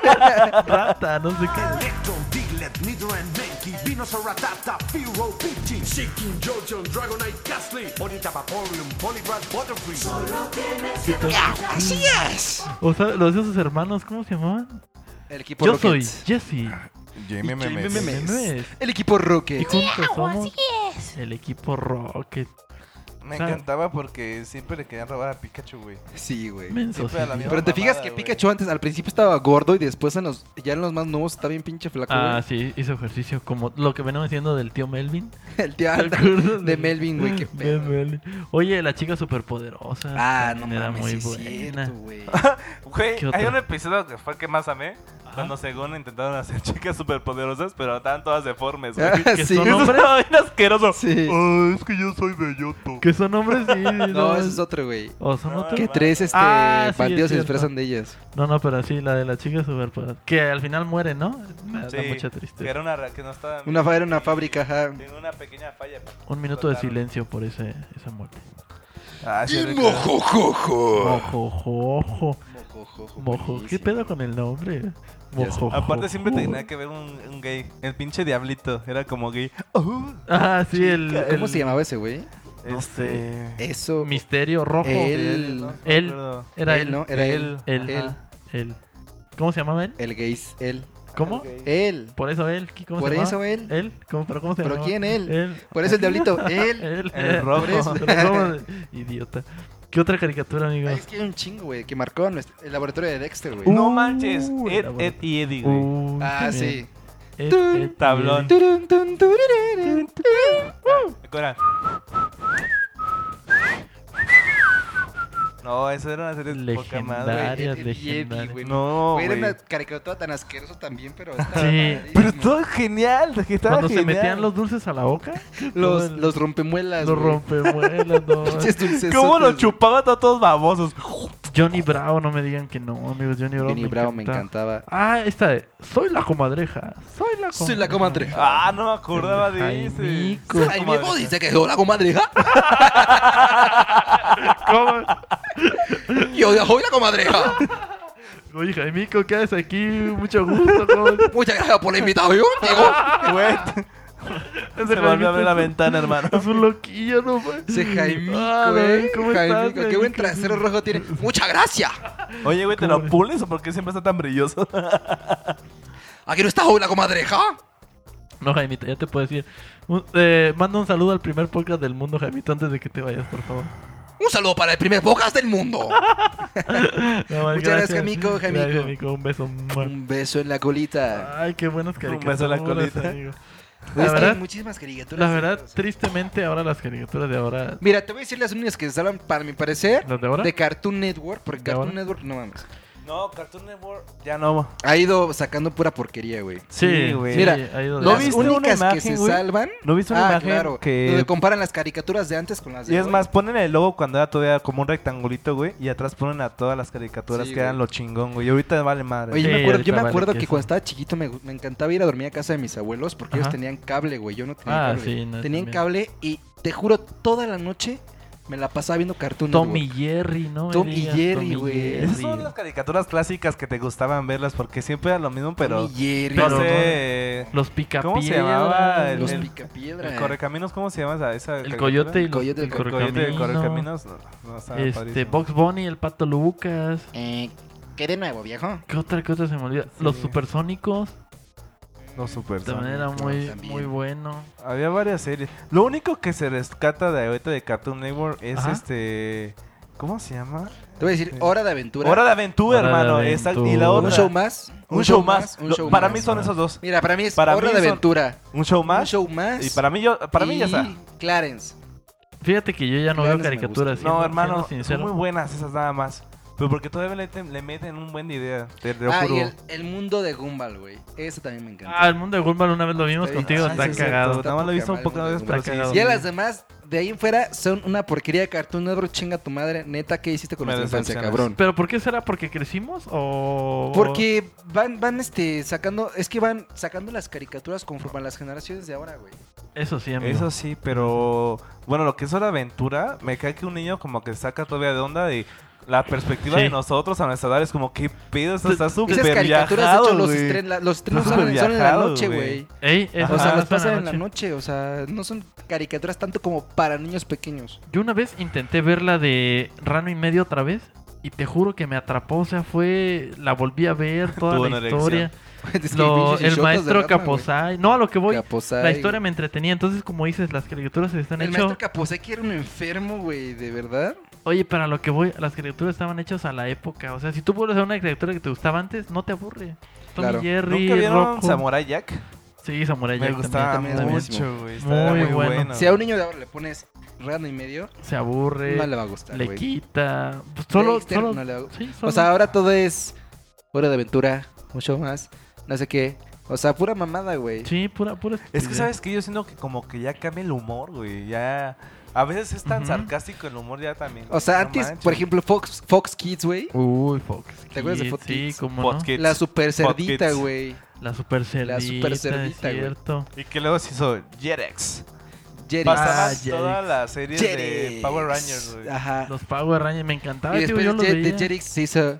Speaker 1: Rata, no sé qué.
Speaker 7: Electro, Diglett, Nidra and Venki, Venus Ratata, Firo, Pichi, Shaking, Jojon, Dragonite, Gastly, Onita, Vaporeon, Poliwrath, Butterfree.
Speaker 2: Así es.
Speaker 1: O sea, los de sus hermanos, ¿cómo se llamaban?
Speaker 2: El equipo
Speaker 1: Yo soy
Speaker 2: Rockets.
Speaker 1: Jesse.
Speaker 7: Jamie
Speaker 2: Memes.
Speaker 1: Memes.
Speaker 2: El equipo
Speaker 1: Y
Speaker 2: Rocket.
Speaker 1: juntos somos el equipo Rocket.
Speaker 3: Me encantaba porque siempre le querían robar a Pikachu, güey.
Speaker 2: Sí, güey.
Speaker 1: Menso,
Speaker 3: Siempre a la
Speaker 1: sí.
Speaker 3: misma
Speaker 2: Pero te
Speaker 3: mamada,
Speaker 2: fijas que
Speaker 3: güey.
Speaker 2: Pikachu antes, al principio estaba gordo y después en los, ya en los más nuevos está bien pinche flaco.
Speaker 1: Ah, sí,
Speaker 2: güey.
Speaker 1: hizo ejercicio como lo que venimos diciendo del tío Melvin.
Speaker 2: El tío
Speaker 1: ¿Te
Speaker 2: anda-
Speaker 1: acuerdas
Speaker 2: de Melvin, güey, qué
Speaker 1: de
Speaker 2: pedo.
Speaker 1: Melvin. Oye, la chica superpoderosa.
Speaker 2: Ah, no
Speaker 1: también era
Speaker 2: mames,
Speaker 1: muy
Speaker 2: sí es
Speaker 1: buena.
Speaker 2: cierto, güey.
Speaker 3: Güey,
Speaker 1: ¿Qué
Speaker 3: hay
Speaker 1: otro?
Speaker 3: un episodio que fue que más amé. Cuando según intentaron hacer chicas superpoderosas, pero estaban todas deformes, güey.
Speaker 2: Ah,
Speaker 1: que
Speaker 2: sí.
Speaker 1: son
Speaker 3: Eso
Speaker 1: hombres.
Speaker 3: estaba bien asqueroso.
Speaker 2: Sí.
Speaker 3: Ah, es que yo soy belloto.
Speaker 1: Que son hombres, sí.
Speaker 2: No, ese es otro, güey.
Speaker 1: O son otros.
Speaker 2: Que tres este,
Speaker 1: Ah, sí, es
Speaker 2: bandidos se
Speaker 1: cierto.
Speaker 2: disfrazan de ellas.
Speaker 1: No, no, pero sí, la de la chica superpoderosa. Que al final muere, ¿no? Me da mucha
Speaker 3: Que
Speaker 1: tristeza.
Speaker 3: era una ra- que no estaba.
Speaker 2: Una fa- era una fábrica, ajá.
Speaker 3: Tengo una pequeña falla. pues. pero
Speaker 1: Un minuto de
Speaker 3: explotaron.
Speaker 1: silencio por ese, esa muerte.
Speaker 3: Ah, sí,
Speaker 7: Mojojojo.
Speaker 1: Ojo, ojo, ojo.
Speaker 2: Mojojojo.
Speaker 1: Mojo, ¿qué
Speaker 2: buenísimo.
Speaker 1: pedo con el nombre?
Speaker 2: Ya sé.
Speaker 1: Mojo.
Speaker 3: Aparte siempre
Speaker 2: Uh.
Speaker 3: tenía que ver un, un gay. El pinche diablito. Era como gay. Oh,
Speaker 1: Ah, sí, el,
Speaker 2: ¿Cómo
Speaker 1: el
Speaker 2: se llamaba ese güey?
Speaker 3: este...
Speaker 2: Eso.
Speaker 1: misterio rojo.
Speaker 2: Él.
Speaker 3: no me
Speaker 1: Él.
Speaker 3: acuerdo.
Speaker 1: Era
Speaker 2: él,
Speaker 1: él.
Speaker 2: ¿no? Era él.
Speaker 1: Él.
Speaker 2: Él.
Speaker 1: ajá, él. ¿Cómo se llamaba él?
Speaker 2: El gays. Él.
Speaker 1: ¿Cómo?
Speaker 2: Él.
Speaker 1: Por eso él. ¿qué- ¿Cómo
Speaker 2: Por
Speaker 1: se llamaba?
Speaker 2: eso él.
Speaker 1: ¿Él? ¿Cómo, ¿Pero cómo se
Speaker 2: ¿Pero
Speaker 1: llamaba?
Speaker 2: quién él?
Speaker 1: Él.
Speaker 2: Por eso el diablito. Él.
Speaker 1: Él.
Speaker 3: El
Speaker 1: eh,
Speaker 3: rojo.
Speaker 1: por eso, el rojo, Idiota. ¿Qué otra caricatura, amigo?
Speaker 2: Ay, es que hay un chingo, güey, que marcó nuestro- el laboratorio de Dexter, güey.
Speaker 1: Uh,
Speaker 3: No manches.
Speaker 1: Uh,
Speaker 3: Ed,
Speaker 1: la
Speaker 3: Ed y Eddie. güey.
Speaker 1: Uy,
Speaker 2: ah,
Speaker 1: también.
Speaker 2: sí.
Speaker 1: Ed,
Speaker 2: Tun,
Speaker 1: Ed y
Speaker 3: tablón.
Speaker 1: Eddie.
Speaker 2: Turun, tun, turururun, turun.
Speaker 3: Recuerda. No, eso era una serie de poca madre.
Speaker 1: Legendaria,
Speaker 2: Ed, Ed y Eddie,
Speaker 1: legendaria.
Speaker 2: güey.
Speaker 3: No,
Speaker 2: Güey, era
Speaker 3: güey.
Speaker 2: una caricatura tan asquerosa también, pero estaba
Speaker 1: Sí.
Speaker 2: padrísimo.
Speaker 3: Pero todo genial, estaba
Speaker 1: Cuando se
Speaker 3: genial.
Speaker 1: metían los dulces a la boca,
Speaker 2: los, los rompemuelas,
Speaker 1: los
Speaker 2: güey.
Speaker 1: rompemuelas, no.
Speaker 2: Pinches dulcesotes,
Speaker 3: ¿Cómo lo
Speaker 2: güey.
Speaker 3: chupaba todos todos babosos?
Speaker 1: Johnny Bravo, no me digan que no, amigos. Johnny Bravo,
Speaker 2: Johnny
Speaker 1: me,
Speaker 2: Bravo me
Speaker 1: encanta.
Speaker 2: encantaba.
Speaker 1: Ah, esta de Soy la comadreja. Soy la comadreja.
Speaker 2: Soy la comadreja.
Speaker 3: Ah, no me acordaba de ese.
Speaker 1: Jaimico.
Speaker 2: Ay, mi hijo dice que yo la comadreja.
Speaker 1: ¿Cómo?
Speaker 2: Yo soy la comadreja.
Speaker 1: Oye, Jaimico, ¿qué haces aquí? Mucho gusto. ¿cómo-
Speaker 2: Muchas gracias por la invitación, Diego.
Speaker 3: Güey,
Speaker 1: Ese
Speaker 3: se volvió a abrir la
Speaker 1: Jaimico es-
Speaker 3: ventana, hermano.
Speaker 1: Es un loquillo, no güey.
Speaker 2: Ese Jaimico,
Speaker 1: Ah, no,
Speaker 2: eh.
Speaker 1: ¿Cómo
Speaker 2: Jaimico,
Speaker 1: estás,
Speaker 2: qué buen
Speaker 1: Jaimico?
Speaker 2: trasero rojo tiene. Muchas gracias.
Speaker 3: Oye, güey, ¿te
Speaker 1: ¿Cómo
Speaker 3: lo
Speaker 1: le-
Speaker 3: pules o por qué siempre está tan brilloso?
Speaker 2: Aquí no está hoy la comadreja.
Speaker 1: No, Jaimito, ya te puedo decir. Un- eh, manda un saludo al primer podcast del mundo, Jaimito, antes de que te vayas, por favor.
Speaker 2: Un saludo para el primer podcast del mundo.
Speaker 1: No, man,
Speaker 2: Muchas gracias, Jaimico, Jaimico.
Speaker 1: Gracias, Jaimico. Un beso. Mua.
Speaker 2: Un beso en la colita.
Speaker 1: Ay, qué buenas
Speaker 3: Un
Speaker 1: caricaturas.
Speaker 3: beso a la colita.
Speaker 1: amigo.
Speaker 2: Es
Speaker 1: La
Speaker 2: que
Speaker 1: verdad,
Speaker 2: hay muchísimas caricaturas.
Speaker 1: la verdad,
Speaker 2: asquerosas.
Speaker 1: tristemente, ahora las caricaturas de ahora.
Speaker 2: Mira, te voy a decir las únicas que se salvan, para mi parecer,
Speaker 1: ¿Las de ahora?
Speaker 2: de Cartoon Network. Porque
Speaker 1: ¿De
Speaker 2: Cartoon
Speaker 1: ahora?
Speaker 2: Network, no mames.
Speaker 3: No, Cartoon Network ya no.
Speaker 2: Ha ido sacando pura porquería, güey.
Speaker 1: Sí,
Speaker 3: Sí, güey.
Speaker 1: Mira,
Speaker 2: Mira,
Speaker 1: ha ido de- este
Speaker 3: ¿lo
Speaker 2: Las
Speaker 3: viste una
Speaker 2: únicas que
Speaker 3: imagen,
Speaker 2: se
Speaker 3: güey?
Speaker 2: salvan.
Speaker 3: ¿No viste una
Speaker 2: Ah,
Speaker 3: imagen
Speaker 2: claro.
Speaker 3: que
Speaker 2: Donde comparan las caricaturas de antes con las de
Speaker 3: Y es
Speaker 2: hoy.
Speaker 3: más, ponen el logo cuando era todavía como un rectangulito, güey, y atrás ponen a todas las caricaturas
Speaker 2: Sí,
Speaker 3: que eran
Speaker 2: güey.
Speaker 3: lo chingón, güey. Y ahorita vale madre.
Speaker 2: Oye,
Speaker 1: Sí,
Speaker 2: me acuerdo,
Speaker 1: ahorita
Speaker 2: yo me
Speaker 1: vale
Speaker 2: acuerdo que
Speaker 1: queso.
Speaker 2: cuando estaba chiquito me, me encantaba ir a dormir a casa de mis abuelos porque
Speaker 1: Ajá.
Speaker 2: ellos tenían cable, güey. Yo no tenía
Speaker 1: Ah,
Speaker 2: cable.
Speaker 1: sí, no, también.
Speaker 2: tenían cable y te juro, toda la noche me la pasaba viendo Cartoon
Speaker 1: Tom y
Speaker 2: Network.
Speaker 1: Jerry, ¿no? me
Speaker 2: Tom y
Speaker 1: digas,
Speaker 2: Jerry,
Speaker 1: Tom y
Speaker 2: güey.
Speaker 1: Jerry.
Speaker 3: Esas son las caricaturas clásicas que te gustaban verlas porque siempre era lo mismo, pero
Speaker 2: Tom y Jerry,
Speaker 1: Pero-
Speaker 3: no sé.
Speaker 1: Los picapiedras.
Speaker 3: ¿Cómo se llamaba?
Speaker 2: los
Speaker 3: el-
Speaker 2: picapiedra.
Speaker 3: El correcaminos, ¿cómo se llama esa? esa
Speaker 1: El
Speaker 3: caricatura?
Speaker 1: coyote y los-
Speaker 2: Coyote,
Speaker 1: el
Speaker 2: el
Speaker 3: El coyote del
Speaker 1: correcamino.
Speaker 3: correcaminos. No, no, estaba
Speaker 1: Este,
Speaker 3: padrísimo.
Speaker 1: Box Bunny, el pato Lucas.
Speaker 2: Eh, ¿Qué de nuevo, viejo?
Speaker 1: ¿Qué otra cosa se me olvida? Los supersónicos.
Speaker 3: No, super.
Speaker 1: También era
Speaker 2: Sónicos,
Speaker 1: muy,
Speaker 2: también.
Speaker 1: muy bueno.
Speaker 3: Había varias series. Lo único que se rescata de ahorita de Cartoon Network es
Speaker 1: Ajá.
Speaker 3: este. ¿Cómo se llama?
Speaker 2: Te voy a decir, Hora de Aventura.
Speaker 3: Hora de aventura,
Speaker 1: Hora de
Speaker 3: hermano. Exacto. Y la
Speaker 1: Aventura.
Speaker 3: otra.
Speaker 2: Un show más.
Speaker 3: Un show más.
Speaker 2: Un
Speaker 3: Lo-
Speaker 2: show
Speaker 3: para
Speaker 2: más.
Speaker 3: mí son esos dos.
Speaker 2: Mira, para mí es
Speaker 3: Para
Speaker 2: Hora
Speaker 3: mí
Speaker 2: de
Speaker 3: son-
Speaker 2: Aventura.
Speaker 3: Un show
Speaker 2: Un
Speaker 3: más.
Speaker 2: show más.
Speaker 3: Y para mí yo, para mí ya
Speaker 2: y
Speaker 3: está.
Speaker 2: Clarence.
Speaker 1: Fíjate que yo ya no
Speaker 2: Claro,
Speaker 1: veo
Speaker 2: me
Speaker 1: caricaturas.
Speaker 2: gusta.
Speaker 1: siendo-
Speaker 3: No,
Speaker 1: siendo
Speaker 3: hermano, son
Speaker 1: sincero.
Speaker 3: muy buenas esas nada más. Pero porque todavía le, te- le meten un buen de idea. Te lo
Speaker 2: Ah,
Speaker 3: juro.
Speaker 2: y el, el mundo de Gumball, güey. Ese también me encanta.
Speaker 1: Ah, el mundo de Gumball una vez lo vimos
Speaker 2: Está bien.
Speaker 1: contigo.
Speaker 2: Ah,
Speaker 1: está
Speaker 2: sí, sí,
Speaker 1: cagado.
Speaker 2: está
Speaker 3: Nada más lo
Speaker 2: poca
Speaker 3: he visto un
Speaker 2: madre,
Speaker 3: poco de veces,
Speaker 1: está
Speaker 3: pero sí,
Speaker 1: cagado.
Speaker 3: sí.
Speaker 2: Y a las demás, de ahí en fuera, son una porquería de Cartoon Network. Chinga tu madre. Neta, ¿qué hiciste con
Speaker 3: Me
Speaker 2: nuestra infancia,
Speaker 3: decepcionas.
Speaker 2: cabrón?
Speaker 1: ¿Pero por qué será? ¿Porque crecimos? ¿O.?
Speaker 2: Porque van, van, este, sacando, es que van sacando las caricaturas conforme a las generaciones de ahora, güey.
Speaker 1: Eso sí, amigo.
Speaker 3: Eso sí, pero bueno, lo que es Hora de aventura, me cae que un niño como que saca todavía de onda y la perspectiva
Speaker 1: Sí.
Speaker 3: de nosotros a nuestra edad es como qué pedo, esto está súper
Speaker 2: Pues, Esas caricaturas, de
Speaker 3: viajado,
Speaker 2: hecho, los,
Speaker 3: güey.
Speaker 2: estren- la- los estrenos
Speaker 3: Súper
Speaker 2: son, en- son en la
Speaker 3: viajado,
Speaker 2: noche,
Speaker 3: güey.
Speaker 2: güey.
Speaker 1: Ey,
Speaker 3: Ajá.
Speaker 2: O sea,
Speaker 3: Ah,
Speaker 2: las pasan en la noche, o sea, no son caricaturas tanto como para niños pequeños.
Speaker 1: Yo una vez intenté ver la de Rano y Medio otra vez y te juro que me atrapó, o sea, fue la volví a ver toda
Speaker 3: Tuvo
Speaker 1: la
Speaker 3: una
Speaker 1: historia,
Speaker 2: Es que
Speaker 1: Lo-
Speaker 2: pinches
Speaker 1: el
Speaker 2: shotas de
Speaker 1: maestro
Speaker 2: Batman, güey.
Speaker 1: Capozai, no a lo que voy,
Speaker 2: Capozai,
Speaker 1: la historia me entretenía, entonces como dices, las caricaturas se están
Speaker 2: El maestro
Speaker 1: hechas,
Speaker 2: Capozai que era un enfermo, güey, de verdad.
Speaker 1: oye, para lo que voy, las caricaturas estaban hechas a la época, o sea, si tú vuelves a ver una caricatura que te gustaba antes, no te aburre. Tom
Speaker 2: Claro.
Speaker 1: y Jerry,
Speaker 3: ¿Nunca vieron
Speaker 1: Rocco.
Speaker 3: Samurai Jack?
Speaker 1: Sí, Samurai
Speaker 3: me
Speaker 1: Jack
Speaker 3: gustaba
Speaker 1: también, también
Speaker 3: mucho, güey.
Speaker 1: Muy
Speaker 3: estaba Muy,
Speaker 1: bueno.
Speaker 3: bueno.
Speaker 2: Si a un niño de ahora le pones rano y medio,
Speaker 1: se aburre,
Speaker 2: no le va a gustar,
Speaker 1: le
Speaker 2: güey.
Speaker 1: quita, pues, solo,
Speaker 2: Dexter
Speaker 1: solo-
Speaker 2: no le va-
Speaker 1: sí,
Speaker 2: O
Speaker 1: solo-
Speaker 2: sea, ahora todo es hora de aventura, mucho más, no sé qué. O sea, pura mamada, güey.
Speaker 1: sí, pura, pura.
Speaker 3: Es que
Speaker 1: estupidez.
Speaker 3: sabes que yo siento que como que ya cambia el humor, güey. Ya a veces es tan
Speaker 1: Ujú.
Speaker 3: sarcástico el humor ya también.
Speaker 2: O sea,
Speaker 3: No
Speaker 2: antes,
Speaker 3: manches.
Speaker 2: por ejemplo, Fox, Fox Kids, güey.
Speaker 1: Uy, Fox.
Speaker 2: ¿Te acuerdas de
Speaker 1: Kids?
Speaker 2: Fox
Speaker 1: Sí,
Speaker 2: Kids?
Speaker 1: como
Speaker 3: Fox Kids.
Speaker 2: La super
Speaker 3: Fox
Speaker 2: cerdita,
Speaker 3: Kids.
Speaker 2: güey.
Speaker 1: La super cerdita,
Speaker 2: super
Speaker 1: es
Speaker 2: cerdita, güey.
Speaker 1: cierto.
Speaker 3: Y que luego se hizo Jerex.
Speaker 2: Jerry.
Speaker 3: Pasaba
Speaker 1: Ah,
Speaker 3: toda la serie de
Speaker 2: Jerry.
Speaker 3: Power Rangers, güey.
Speaker 2: Ajá.
Speaker 1: Los Power Rangers me encantaba,
Speaker 2: y
Speaker 1: tío,
Speaker 2: después
Speaker 1: yo
Speaker 2: de
Speaker 1: los
Speaker 2: Jer- de
Speaker 1: veía.
Speaker 2: Jerry se hizo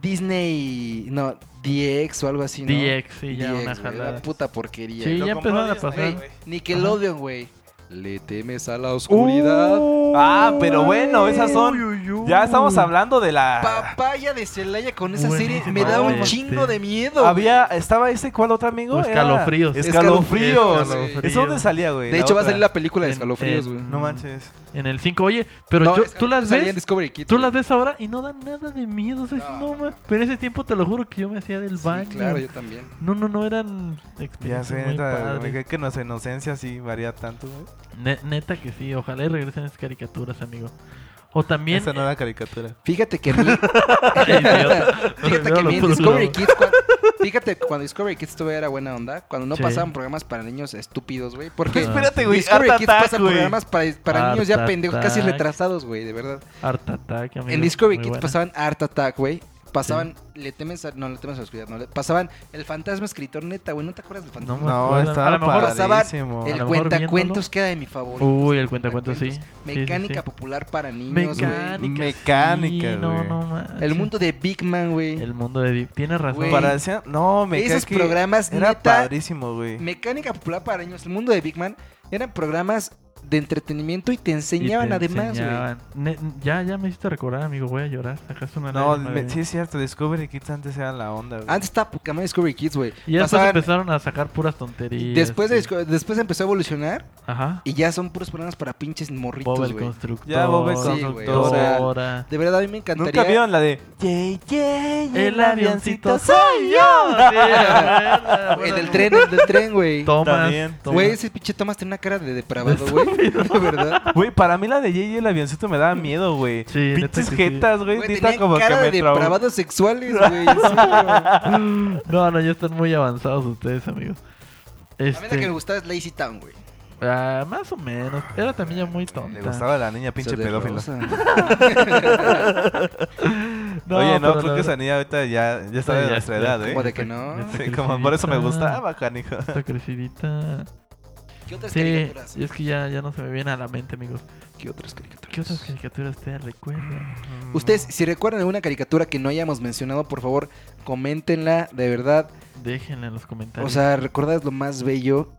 Speaker 2: Disney. No, DX o algo así, ¿no?
Speaker 1: DX, sí, ya una
Speaker 2: güey,
Speaker 1: jalada.
Speaker 2: La puta porquería.
Speaker 1: Sí,
Speaker 2: güey.
Speaker 1: ya
Speaker 3: compró
Speaker 1: empezaron a
Speaker 3: Disney,
Speaker 1: pasar.
Speaker 3: güey.
Speaker 2: Nickelodeon, güey. Le temes a la oscuridad.
Speaker 3: Ah, pero bueno, esas son- Ah.
Speaker 1: Uy, uy, uy.
Speaker 3: Ya estamos hablando de la.
Speaker 2: Papaya de Celaya con esa serie me
Speaker 1: Buenísima,
Speaker 2: da un
Speaker 1: güey.
Speaker 2: chingo de miedo.
Speaker 3: Había, estaba ese, ¿cuál otro amigo?
Speaker 1: O
Speaker 3: Era-
Speaker 1: Escalofríos.
Speaker 3: Escalofríos.
Speaker 1: Escalofríos.
Speaker 3: ¿Eso dónde salía, güey?
Speaker 2: güey. De hecho, va a
Speaker 3: otra.
Speaker 2: salir la película de
Speaker 1: En-
Speaker 2: escalofríos,
Speaker 1: en-
Speaker 2: güey.
Speaker 3: No manches.
Speaker 1: En el 5, oye, pero
Speaker 2: No,
Speaker 1: yo-
Speaker 2: es-
Speaker 1: tú las
Speaker 2: salía en
Speaker 1: ves.
Speaker 2: Discovery Kids,
Speaker 1: Tú
Speaker 2: güey.
Speaker 1: las ves ahora y no dan nada de miedo. o sea, es- no, ma- Pero en ese tiempo te lo juro que yo me hacía del baño.
Speaker 2: Sí, claro, yo también.
Speaker 1: No, no, no eran
Speaker 3: Ya
Speaker 1: experiencias
Speaker 3: sé,
Speaker 1: muy
Speaker 3: neta,
Speaker 1: padres.
Speaker 3: güey, que nuestra inocencia sí varía tanto, güey.
Speaker 1: Ne- neta que sí, ojalá y regresen esas caricaturas, amigo. O también.
Speaker 3: Esa nueva caricatura.
Speaker 2: Fíjate que a mí-
Speaker 1: Ay, idiota.
Speaker 2: Fíjate
Speaker 1: Veo
Speaker 2: que
Speaker 1: los
Speaker 2: mi
Speaker 1: puros
Speaker 2: Discovery
Speaker 1: globos.
Speaker 2: Kids, cuan- fíjate que cuando Discovery Kids todavía era buena onda, cuando no
Speaker 1: Sí. Ah.
Speaker 2: pasaban programas para niños estúpidos, güey, porque
Speaker 3: Espérate, güey,
Speaker 2: Discovery
Speaker 3: Art
Speaker 2: Kids
Speaker 3: Attack,
Speaker 2: pasa
Speaker 3: güey.
Speaker 2: programas para, para
Speaker 1: Art
Speaker 2: niños ya pendejos, casi
Speaker 1: Attack.
Speaker 2: retrasados, güey, de verdad.
Speaker 1: Art Attack, amigo,
Speaker 2: en Discovery
Speaker 1: muy
Speaker 2: Kids
Speaker 1: buena.
Speaker 2: pasaban Art Attack, güey. Pasaban, le temes a, no, le temes a la oscuridad, no, le- pasaban el fantasma escritor neta, güey, ¿no te acuerdas del
Speaker 1: No,
Speaker 2: fantasma?
Speaker 1: me
Speaker 3: No,
Speaker 1: acuerdo.
Speaker 3: estaba
Speaker 1: A lo mejor.
Speaker 3: padre.
Speaker 2: pasaban
Speaker 3: padrísimo.
Speaker 1: A
Speaker 2: el
Speaker 1: lo mejor
Speaker 2: cuentacuentos que era de mi favorito.
Speaker 1: Uy, el cuentacuentos, sí. Sí, sí,
Speaker 2: Mecánica
Speaker 1: sí.
Speaker 2: popular para niños, güey.
Speaker 1: Mecánica.
Speaker 3: Mecánica,
Speaker 1: sí, no,
Speaker 3: güey.
Speaker 1: no manches.
Speaker 2: El mundo de Big Man, güey.
Speaker 1: El mundo de Deep. Tienes razón.
Speaker 2: Güey.
Speaker 3: Para decir, no, me cae
Speaker 2: Esos
Speaker 3: que
Speaker 2: programas,
Speaker 3: Era
Speaker 2: neta,
Speaker 3: padrísimo, güey.
Speaker 2: Mecánica popular para niños, el mundo de Big Man, eran programas de entretenimiento y te
Speaker 1: Y te
Speaker 2: enseñaban además, güey.
Speaker 1: enseñaban. Ne- ya, ya me hiciste recordar, amigo. Voy a llorar. Sacaste una
Speaker 3: No,
Speaker 1: lágrima,
Speaker 3: me-
Speaker 1: güey.
Speaker 3: sí es cierto, Discovery Kids antes era la onda, güey.
Speaker 2: Antes estaba Pokémon Discovery Kids, güey.
Speaker 1: Y ya después
Speaker 2: Pasaban-
Speaker 1: empezaron a sacar puras tonterías.
Speaker 2: después, de
Speaker 1: y-
Speaker 2: Disco- después empezó a evolucionar
Speaker 1: Ajá.
Speaker 2: y ya son puros programas para pinches
Speaker 1: Bob
Speaker 2: morritos,
Speaker 1: el
Speaker 2: güey.
Speaker 1: Constructor.
Speaker 3: Ya Bob el
Speaker 2: Sí, güey, o
Speaker 3: Constructor.
Speaker 2: sea,
Speaker 1: Dora.
Speaker 2: De verdad, a mí me
Speaker 3: Nunca
Speaker 2: encantaría.
Speaker 3: vieron la de
Speaker 1: El avioncito soy yo. Sí, la
Speaker 2: El
Speaker 1: buena,
Speaker 2: del
Speaker 1: buena.
Speaker 2: tren, el del tren, güey.
Speaker 1: Tomás.
Speaker 3: También.
Speaker 1: Tomás.
Speaker 2: Güey, ese pinche Tomás tiene una cara de depravado, güey. De verdad.
Speaker 3: Güey, para mí la de JJ el avioncito me daba miedo, güey.
Speaker 1: Sí, neta
Speaker 3: Pinches
Speaker 1: que sí.
Speaker 3: jetas, güey.
Speaker 2: Güey,
Speaker 3: neta
Speaker 2: tenía
Speaker 3: como que
Speaker 2: cara
Speaker 3: me
Speaker 2: de
Speaker 3: traumó.
Speaker 2: depravados sexuales, güey. en serio.
Speaker 1: No, no, ya están muy avanzados ustedes, amigos.
Speaker 2: A mí la que me
Speaker 1: Este,
Speaker 2: gustaba es Lazy Town, güey.
Speaker 1: ah, más o menos. Era también ya muy tonta.
Speaker 3: Le gustaba la niña pinche
Speaker 2: Esa de
Speaker 3: pedófila.
Speaker 2: Rosa.
Speaker 3: Oye,
Speaker 1: pero
Speaker 3: no, creo
Speaker 1: la-
Speaker 3: que esa niña ahorita ya, ya está
Speaker 1: Sí,
Speaker 3: de
Speaker 1: ya está,
Speaker 3: nuestra edad,
Speaker 2: Como
Speaker 3: ¿eh?
Speaker 2: de que no.
Speaker 1: Ya está
Speaker 3: Sí, como por eso me
Speaker 1: crecidita.
Speaker 3: gustaba, canijo.
Speaker 1: Está crecidita.
Speaker 2: ¿Qué otras
Speaker 1: Sí,
Speaker 2: caricaturas?
Speaker 1: y es que ya, ya no se me viene a la mente, amigos.
Speaker 2: ¿Qué otras caricaturas?
Speaker 1: ¿Qué otras caricaturas te recuerdan?
Speaker 2: Ustedes, si recuerdan alguna caricatura que no hayamos mencionado, por favor, coméntenla, de verdad.
Speaker 1: Déjenla en los comentarios.
Speaker 2: O sea, ¿recordás lo más bello?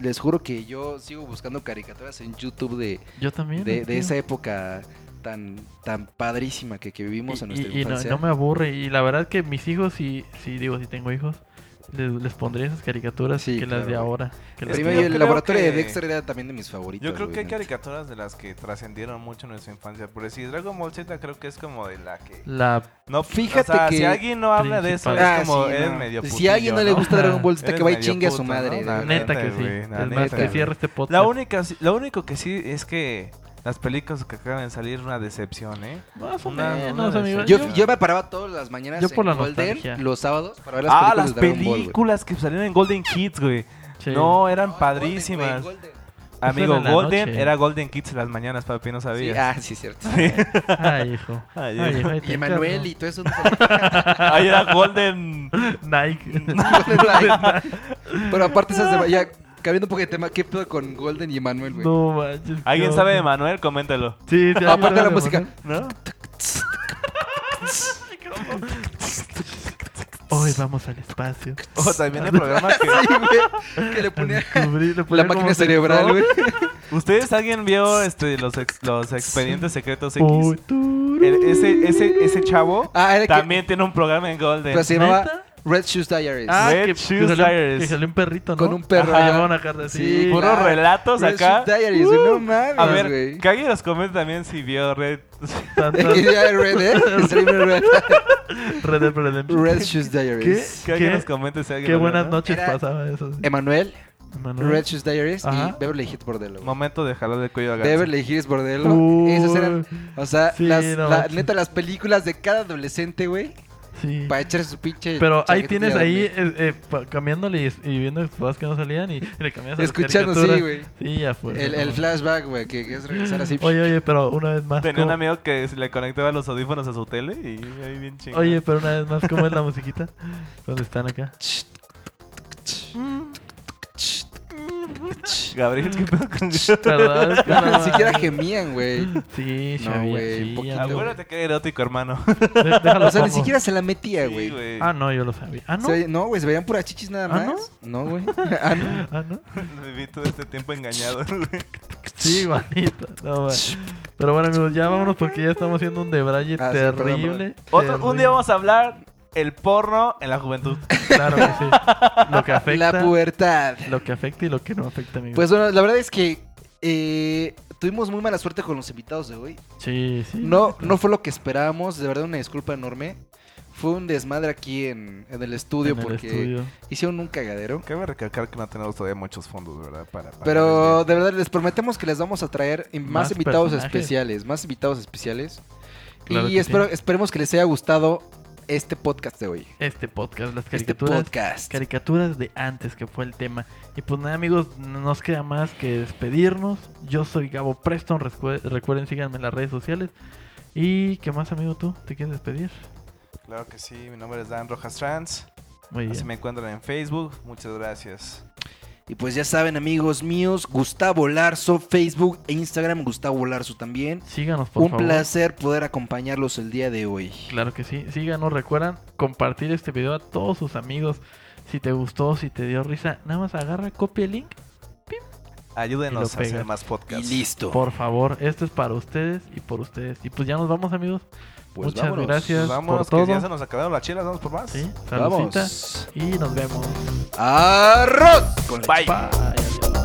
Speaker 2: Les juro que yo sigo buscando caricaturas en YouTube de,
Speaker 1: Yo también.
Speaker 2: de, de
Speaker 1: tío.
Speaker 2: esa época tan, tan padrísima que, que vivimos en
Speaker 1: Y-
Speaker 2: nuestra
Speaker 1: y, y no,
Speaker 2: infancia.
Speaker 1: no me aburre. Y la verdad que mis hijos, si, si digo, si tengo hijos, les, les pondría esas caricaturas
Speaker 2: Sí,
Speaker 1: que las de
Speaker 2: claro, güey.
Speaker 1: ahora. que
Speaker 3: Es
Speaker 1: las
Speaker 3: que
Speaker 2: Primero,
Speaker 1: de-
Speaker 3: yo
Speaker 2: el
Speaker 3: creo
Speaker 2: laboratorio de
Speaker 3: que-
Speaker 2: Dexter era también de mis favoritos.
Speaker 3: Yo creo que hay
Speaker 2: caricaturas.
Speaker 3: caricaturas de las que trascendieron mucho en nuestra infancia. Por decir, Dragon Ball Z creo que es como de la que.
Speaker 1: La
Speaker 3: No,
Speaker 2: Fíjate
Speaker 3: o sea,
Speaker 2: que-
Speaker 3: Si alguien no habla de eso,
Speaker 1: Principal.
Speaker 2: Ah,
Speaker 3: es como
Speaker 2: sí,
Speaker 3: eres
Speaker 2: no.
Speaker 3: medio
Speaker 2: Si a
Speaker 3: putillo,
Speaker 2: alguien no le gusta Dragon Ball Z,
Speaker 3: Eres
Speaker 2: que vaya y
Speaker 3: medio
Speaker 2: chingue a su
Speaker 3: puto,
Speaker 2: madre,
Speaker 3: ¿no?
Speaker 2: de
Speaker 3: La
Speaker 2: verdad.
Speaker 1: neta que sí.
Speaker 3: güey, la
Speaker 1: es más,
Speaker 3: neta,
Speaker 1: que
Speaker 3: güey.
Speaker 1: cierre este podcast.
Speaker 3: La única, sí- lo único que sí es que las películas que acaban de salir una decepción, ¿eh?
Speaker 1: Más o
Speaker 3: Una-
Speaker 1: menos,
Speaker 3: una
Speaker 1: amigo.
Speaker 3: decepción.
Speaker 2: Yo, yo me paraba todas las mañanas
Speaker 1: Yo por
Speaker 2: en
Speaker 1: la
Speaker 2: Golden,
Speaker 1: nostalgia.
Speaker 2: los sábados, para ver las
Speaker 3: ah,
Speaker 2: películas
Speaker 3: las
Speaker 2: de Dragon Ball, güey.
Speaker 3: películas que salieron en Golden Kids, güey.
Speaker 1: Sí.
Speaker 3: No, eran
Speaker 2: No,
Speaker 3: padrísimas.
Speaker 2: Golden, güey, Golden.
Speaker 3: Amigo,
Speaker 1: en la
Speaker 3: Golden
Speaker 1: noche.
Speaker 3: era Golden Kids en las mañanas, papi, no
Speaker 2: Sí,
Speaker 3: sabías.
Speaker 2: ah, sí, cierto.
Speaker 1: Ay, hijo.
Speaker 3: Ay,
Speaker 1: Ay,
Speaker 3: hijo.
Speaker 1: hijo, ahí
Speaker 2: Y
Speaker 1: te
Speaker 2: Emanuel y
Speaker 1: encargo.
Speaker 2: todo eso. ah.
Speaker 3: Ahí era Golden.
Speaker 1: Nike.
Speaker 2: Pero aparte esas de... Ya, cambiando un poco de tema, ¿qué pedo con Golden y Emanuel, güey?
Speaker 1: No manches.
Speaker 3: ¿Alguien
Speaker 1: qué
Speaker 3: sabe de
Speaker 1: onda.
Speaker 3: Manuel? Coméntalo.
Speaker 1: Sí, sí,
Speaker 2: Aparte de la
Speaker 1: alguien
Speaker 2: música.
Speaker 1: sabe
Speaker 3: ¿No?
Speaker 1: Manuel. Hoy vamos al espacio.
Speaker 3: O también el programa que.
Speaker 2: Que le ponía
Speaker 1: Descubrí- le
Speaker 2: la
Speaker 1: ponía como
Speaker 2: máquina cerebral, güey.
Speaker 3: ¿Ustedes alguien vio este, los, ex- los expedientes secretos X?
Speaker 1: Uy, tururú.
Speaker 3: El- ese, ese, ese chavo
Speaker 2: Ah, Pues era que...
Speaker 3: también tiene un programa en Golden.
Speaker 2: Pero se llamaba
Speaker 1: ¿Neta?
Speaker 2: Red Shoes Diaries.
Speaker 1: Ah,
Speaker 3: Red
Speaker 1: que, que
Speaker 3: Shoes
Speaker 1: salió,
Speaker 3: Diaries.
Speaker 1: que salió un perrito, ¿no?
Speaker 2: Con un perro,
Speaker 1: Ajá,
Speaker 2: ya.
Speaker 1: llevaba una carta así.
Speaker 2: Sí,
Speaker 3: Puros
Speaker 2: claro.
Speaker 3: relatos
Speaker 2: Red
Speaker 3: acá.
Speaker 2: Shoes Diaries, güey, no mames,
Speaker 3: A ver,
Speaker 2: güey.
Speaker 3: que alguien nos comente también si vio Red.
Speaker 1: Tanto-
Speaker 2: Es que ya era Red, ¿eh? Es primero Red.
Speaker 1: Red Dead Redemption.
Speaker 2: Red Shoes Diaries.
Speaker 3: Que alguien
Speaker 1: Qué-
Speaker 3: nos comente si alguien
Speaker 1: Qué
Speaker 3: lo vio,
Speaker 1: buenas
Speaker 3: ¿no?
Speaker 1: noches
Speaker 2: Era-
Speaker 1: pasaba eso. sí.
Speaker 2: Emanuel,
Speaker 1: Manuel.
Speaker 2: Red Shoes Diaries
Speaker 1: Ajá.
Speaker 2: y Beverly Hills Bordello. güey.
Speaker 3: Momento de jalar el cuello a Garza.
Speaker 2: Beverly Hills Bordello.
Speaker 1: Uy.
Speaker 2: Esas eran, o sea,
Speaker 1: Sí,
Speaker 2: las,
Speaker 1: no
Speaker 2: la-
Speaker 1: manches.
Speaker 2: neta, las películas de cada adolescente, güey,
Speaker 1: Sí.
Speaker 2: para echar su pinche.
Speaker 1: Pero ahí
Speaker 2: chaquetilla
Speaker 1: tienes
Speaker 2: de
Speaker 1: ahí eh,
Speaker 2: dormir.
Speaker 1: eh, pa- cambiándole y, y viendo cosas que no salían y, y le cambias a las
Speaker 2: Escuchando, sí,
Speaker 1: caricaturas.
Speaker 2: güey.
Speaker 1: Sí, ya fue.
Speaker 2: El, el flashback, güey, que, que es regresar así.
Speaker 1: Oye, oye, pero una vez más.
Speaker 3: Tenía
Speaker 1: ¿cómo-
Speaker 3: un amigo que se le conectaba los audífonos a su tele y ahí bien chingón.
Speaker 1: Oye, pero una vez más, ¿cómo es la musiquita? ¿Dónde están acá?
Speaker 3: Gabriel,
Speaker 1: mm,
Speaker 3: ¿qué pedo con
Speaker 1: ¿Verdad?
Speaker 2: Ni siquiera gemían, güey.
Speaker 1: Sí,
Speaker 2: No,
Speaker 1: Xavi,
Speaker 2: güey,
Speaker 1: sí,
Speaker 2: poquito,
Speaker 1: ya, güey.
Speaker 2: güey.
Speaker 3: Acuérdate que era erótico, hermano.
Speaker 1: Dé- déjalo
Speaker 2: O sea, ni
Speaker 1: como-
Speaker 2: siquiera se la metía, güey.
Speaker 3: Sí, güey.
Speaker 1: Ah, no, yo lo sabía. Ah, no.
Speaker 2: Se ve- No, güey, se veían puras chichis nada
Speaker 1: ¿Ah,
Speaker 2: más. no? güey. Ah, no.
Speaker 1: Ah, no.
Speaker 3: Viví todo este tiempo engañado, güey.
Speaker 1: Sí, igualito. No, güey. Pero bueno, amigos, ya vámonos porque ya estamos haciendo un debraye
Speaker 2: Ah, sí, perdón,
Speaker 1: terrible.
Speaker 2: perdón.
Speaker 3: Otro, un
Speaker 1: terrible.
Speaker 3: día vamos a hablar el porno en la juventud.
Speaker 1: Claro que sí. Lo que afecta.
Speaker 2: La pubertad.
Speaker 1: Lo que afecta y lo que no afecta, amigos.
Speaker 2: Pues bueno, la verdad es que eh, tuvimos muy mala suerte con los invitados de hoy.
Speaker 1: sí, sí.
Speaker 2: No, no fue lo que esperábamos, de verdad una disculpa enorme. Fue un desmadre aquí en, en el estudio
Speaker 1: En el
Speaker 2: porque
Speaker 1: estudio.
Speaker 2: hicieron un cagadero.
Speaker 3: Cabe recalcar que no tenemos todavía muchos fondos, ¿verdad? Para, para
Speaker 2: Pero de verdad les prometemos que les vamos a traer in- más,
Speaker 1: Más
Speaker 2: invitados
Speaker 1: personajes.
Speaker 2: especiales, más invitados especiales.
Speaker 1: Claro
Speaker 2: y
Speaker 1: que
Speaker 2: espero-
Speaker 1: sí.
Speaker 2: esperemos que les haya gustado este podcast de hoy.
Speaker 1: Este podcast, las
Speaker 2: Este
Speaker 1: caricaturas.
Speaker 2: podcast.
Speaker 1: Caricaturas de antes, que fue el tema. Y pues nada, amigos, no nos queda más que despedirnos. Yo soy Gabo Preston. rescue- Recuerden, síganme en las redes sociales. ¿Y qué más, amigo, tú? ¿Te quieres despedir?
Speaker 3: Claro que sí, mi nombre es Dan Rojas Trans.
Speaker 1: Muy
Speaker 3: Así
Speaker 1: bien.
Speaker 3: me encuentran en Facebook. Muchas gracias.
Speaker 2: Y pues ya saben, amigos míos, Gustavo Larzo, Facebook e Instagram, Gustavo Larzo también.
Speaker 1: Síganos, por
Speaker 2: Un
Speaker 1: favor.
Speaker 2: placer poder acompañarlos el día de hoy.
Speaker 1: Claro que sí. Síganos, recuerdan compartir este video a todos sus amigos. Si te gustó, si te dio risa, nada más agarra, copia el link.
Speaker 3: Ayúdenos
Speaker 1: Y
Speaker 3: a
Speaker 1: lo
Speaker 3: hacer
Speaker 1: pegas.
Speaker 3: más
Speaker 2: Y
Speaker 3: podcasts.
Speaker 2: listo.
Speaker 1: Por favor, esto es para ustedes y por ustedes. Y pues ya nos vamos, amigos.
Speaker 2: Pues
Speaker 1: Muchas
Speaker 2: vámonos.
Speaker 1: gracias
Speaker 3: Pues vámonos,
Speaker 1: por
Speaker 3: que ya
Speaker 1: todo.
Speaker 3: se nos acabaron las chelas. Vamos por más.
Speaker 1: Sí, saludcita.
Speaker 2: Vamos.
Speaker 1: Y nos vemos.
Speaker 2: Arroz. Con
Speaker 3: Bye.
Speaker 1: Bye. Adiós.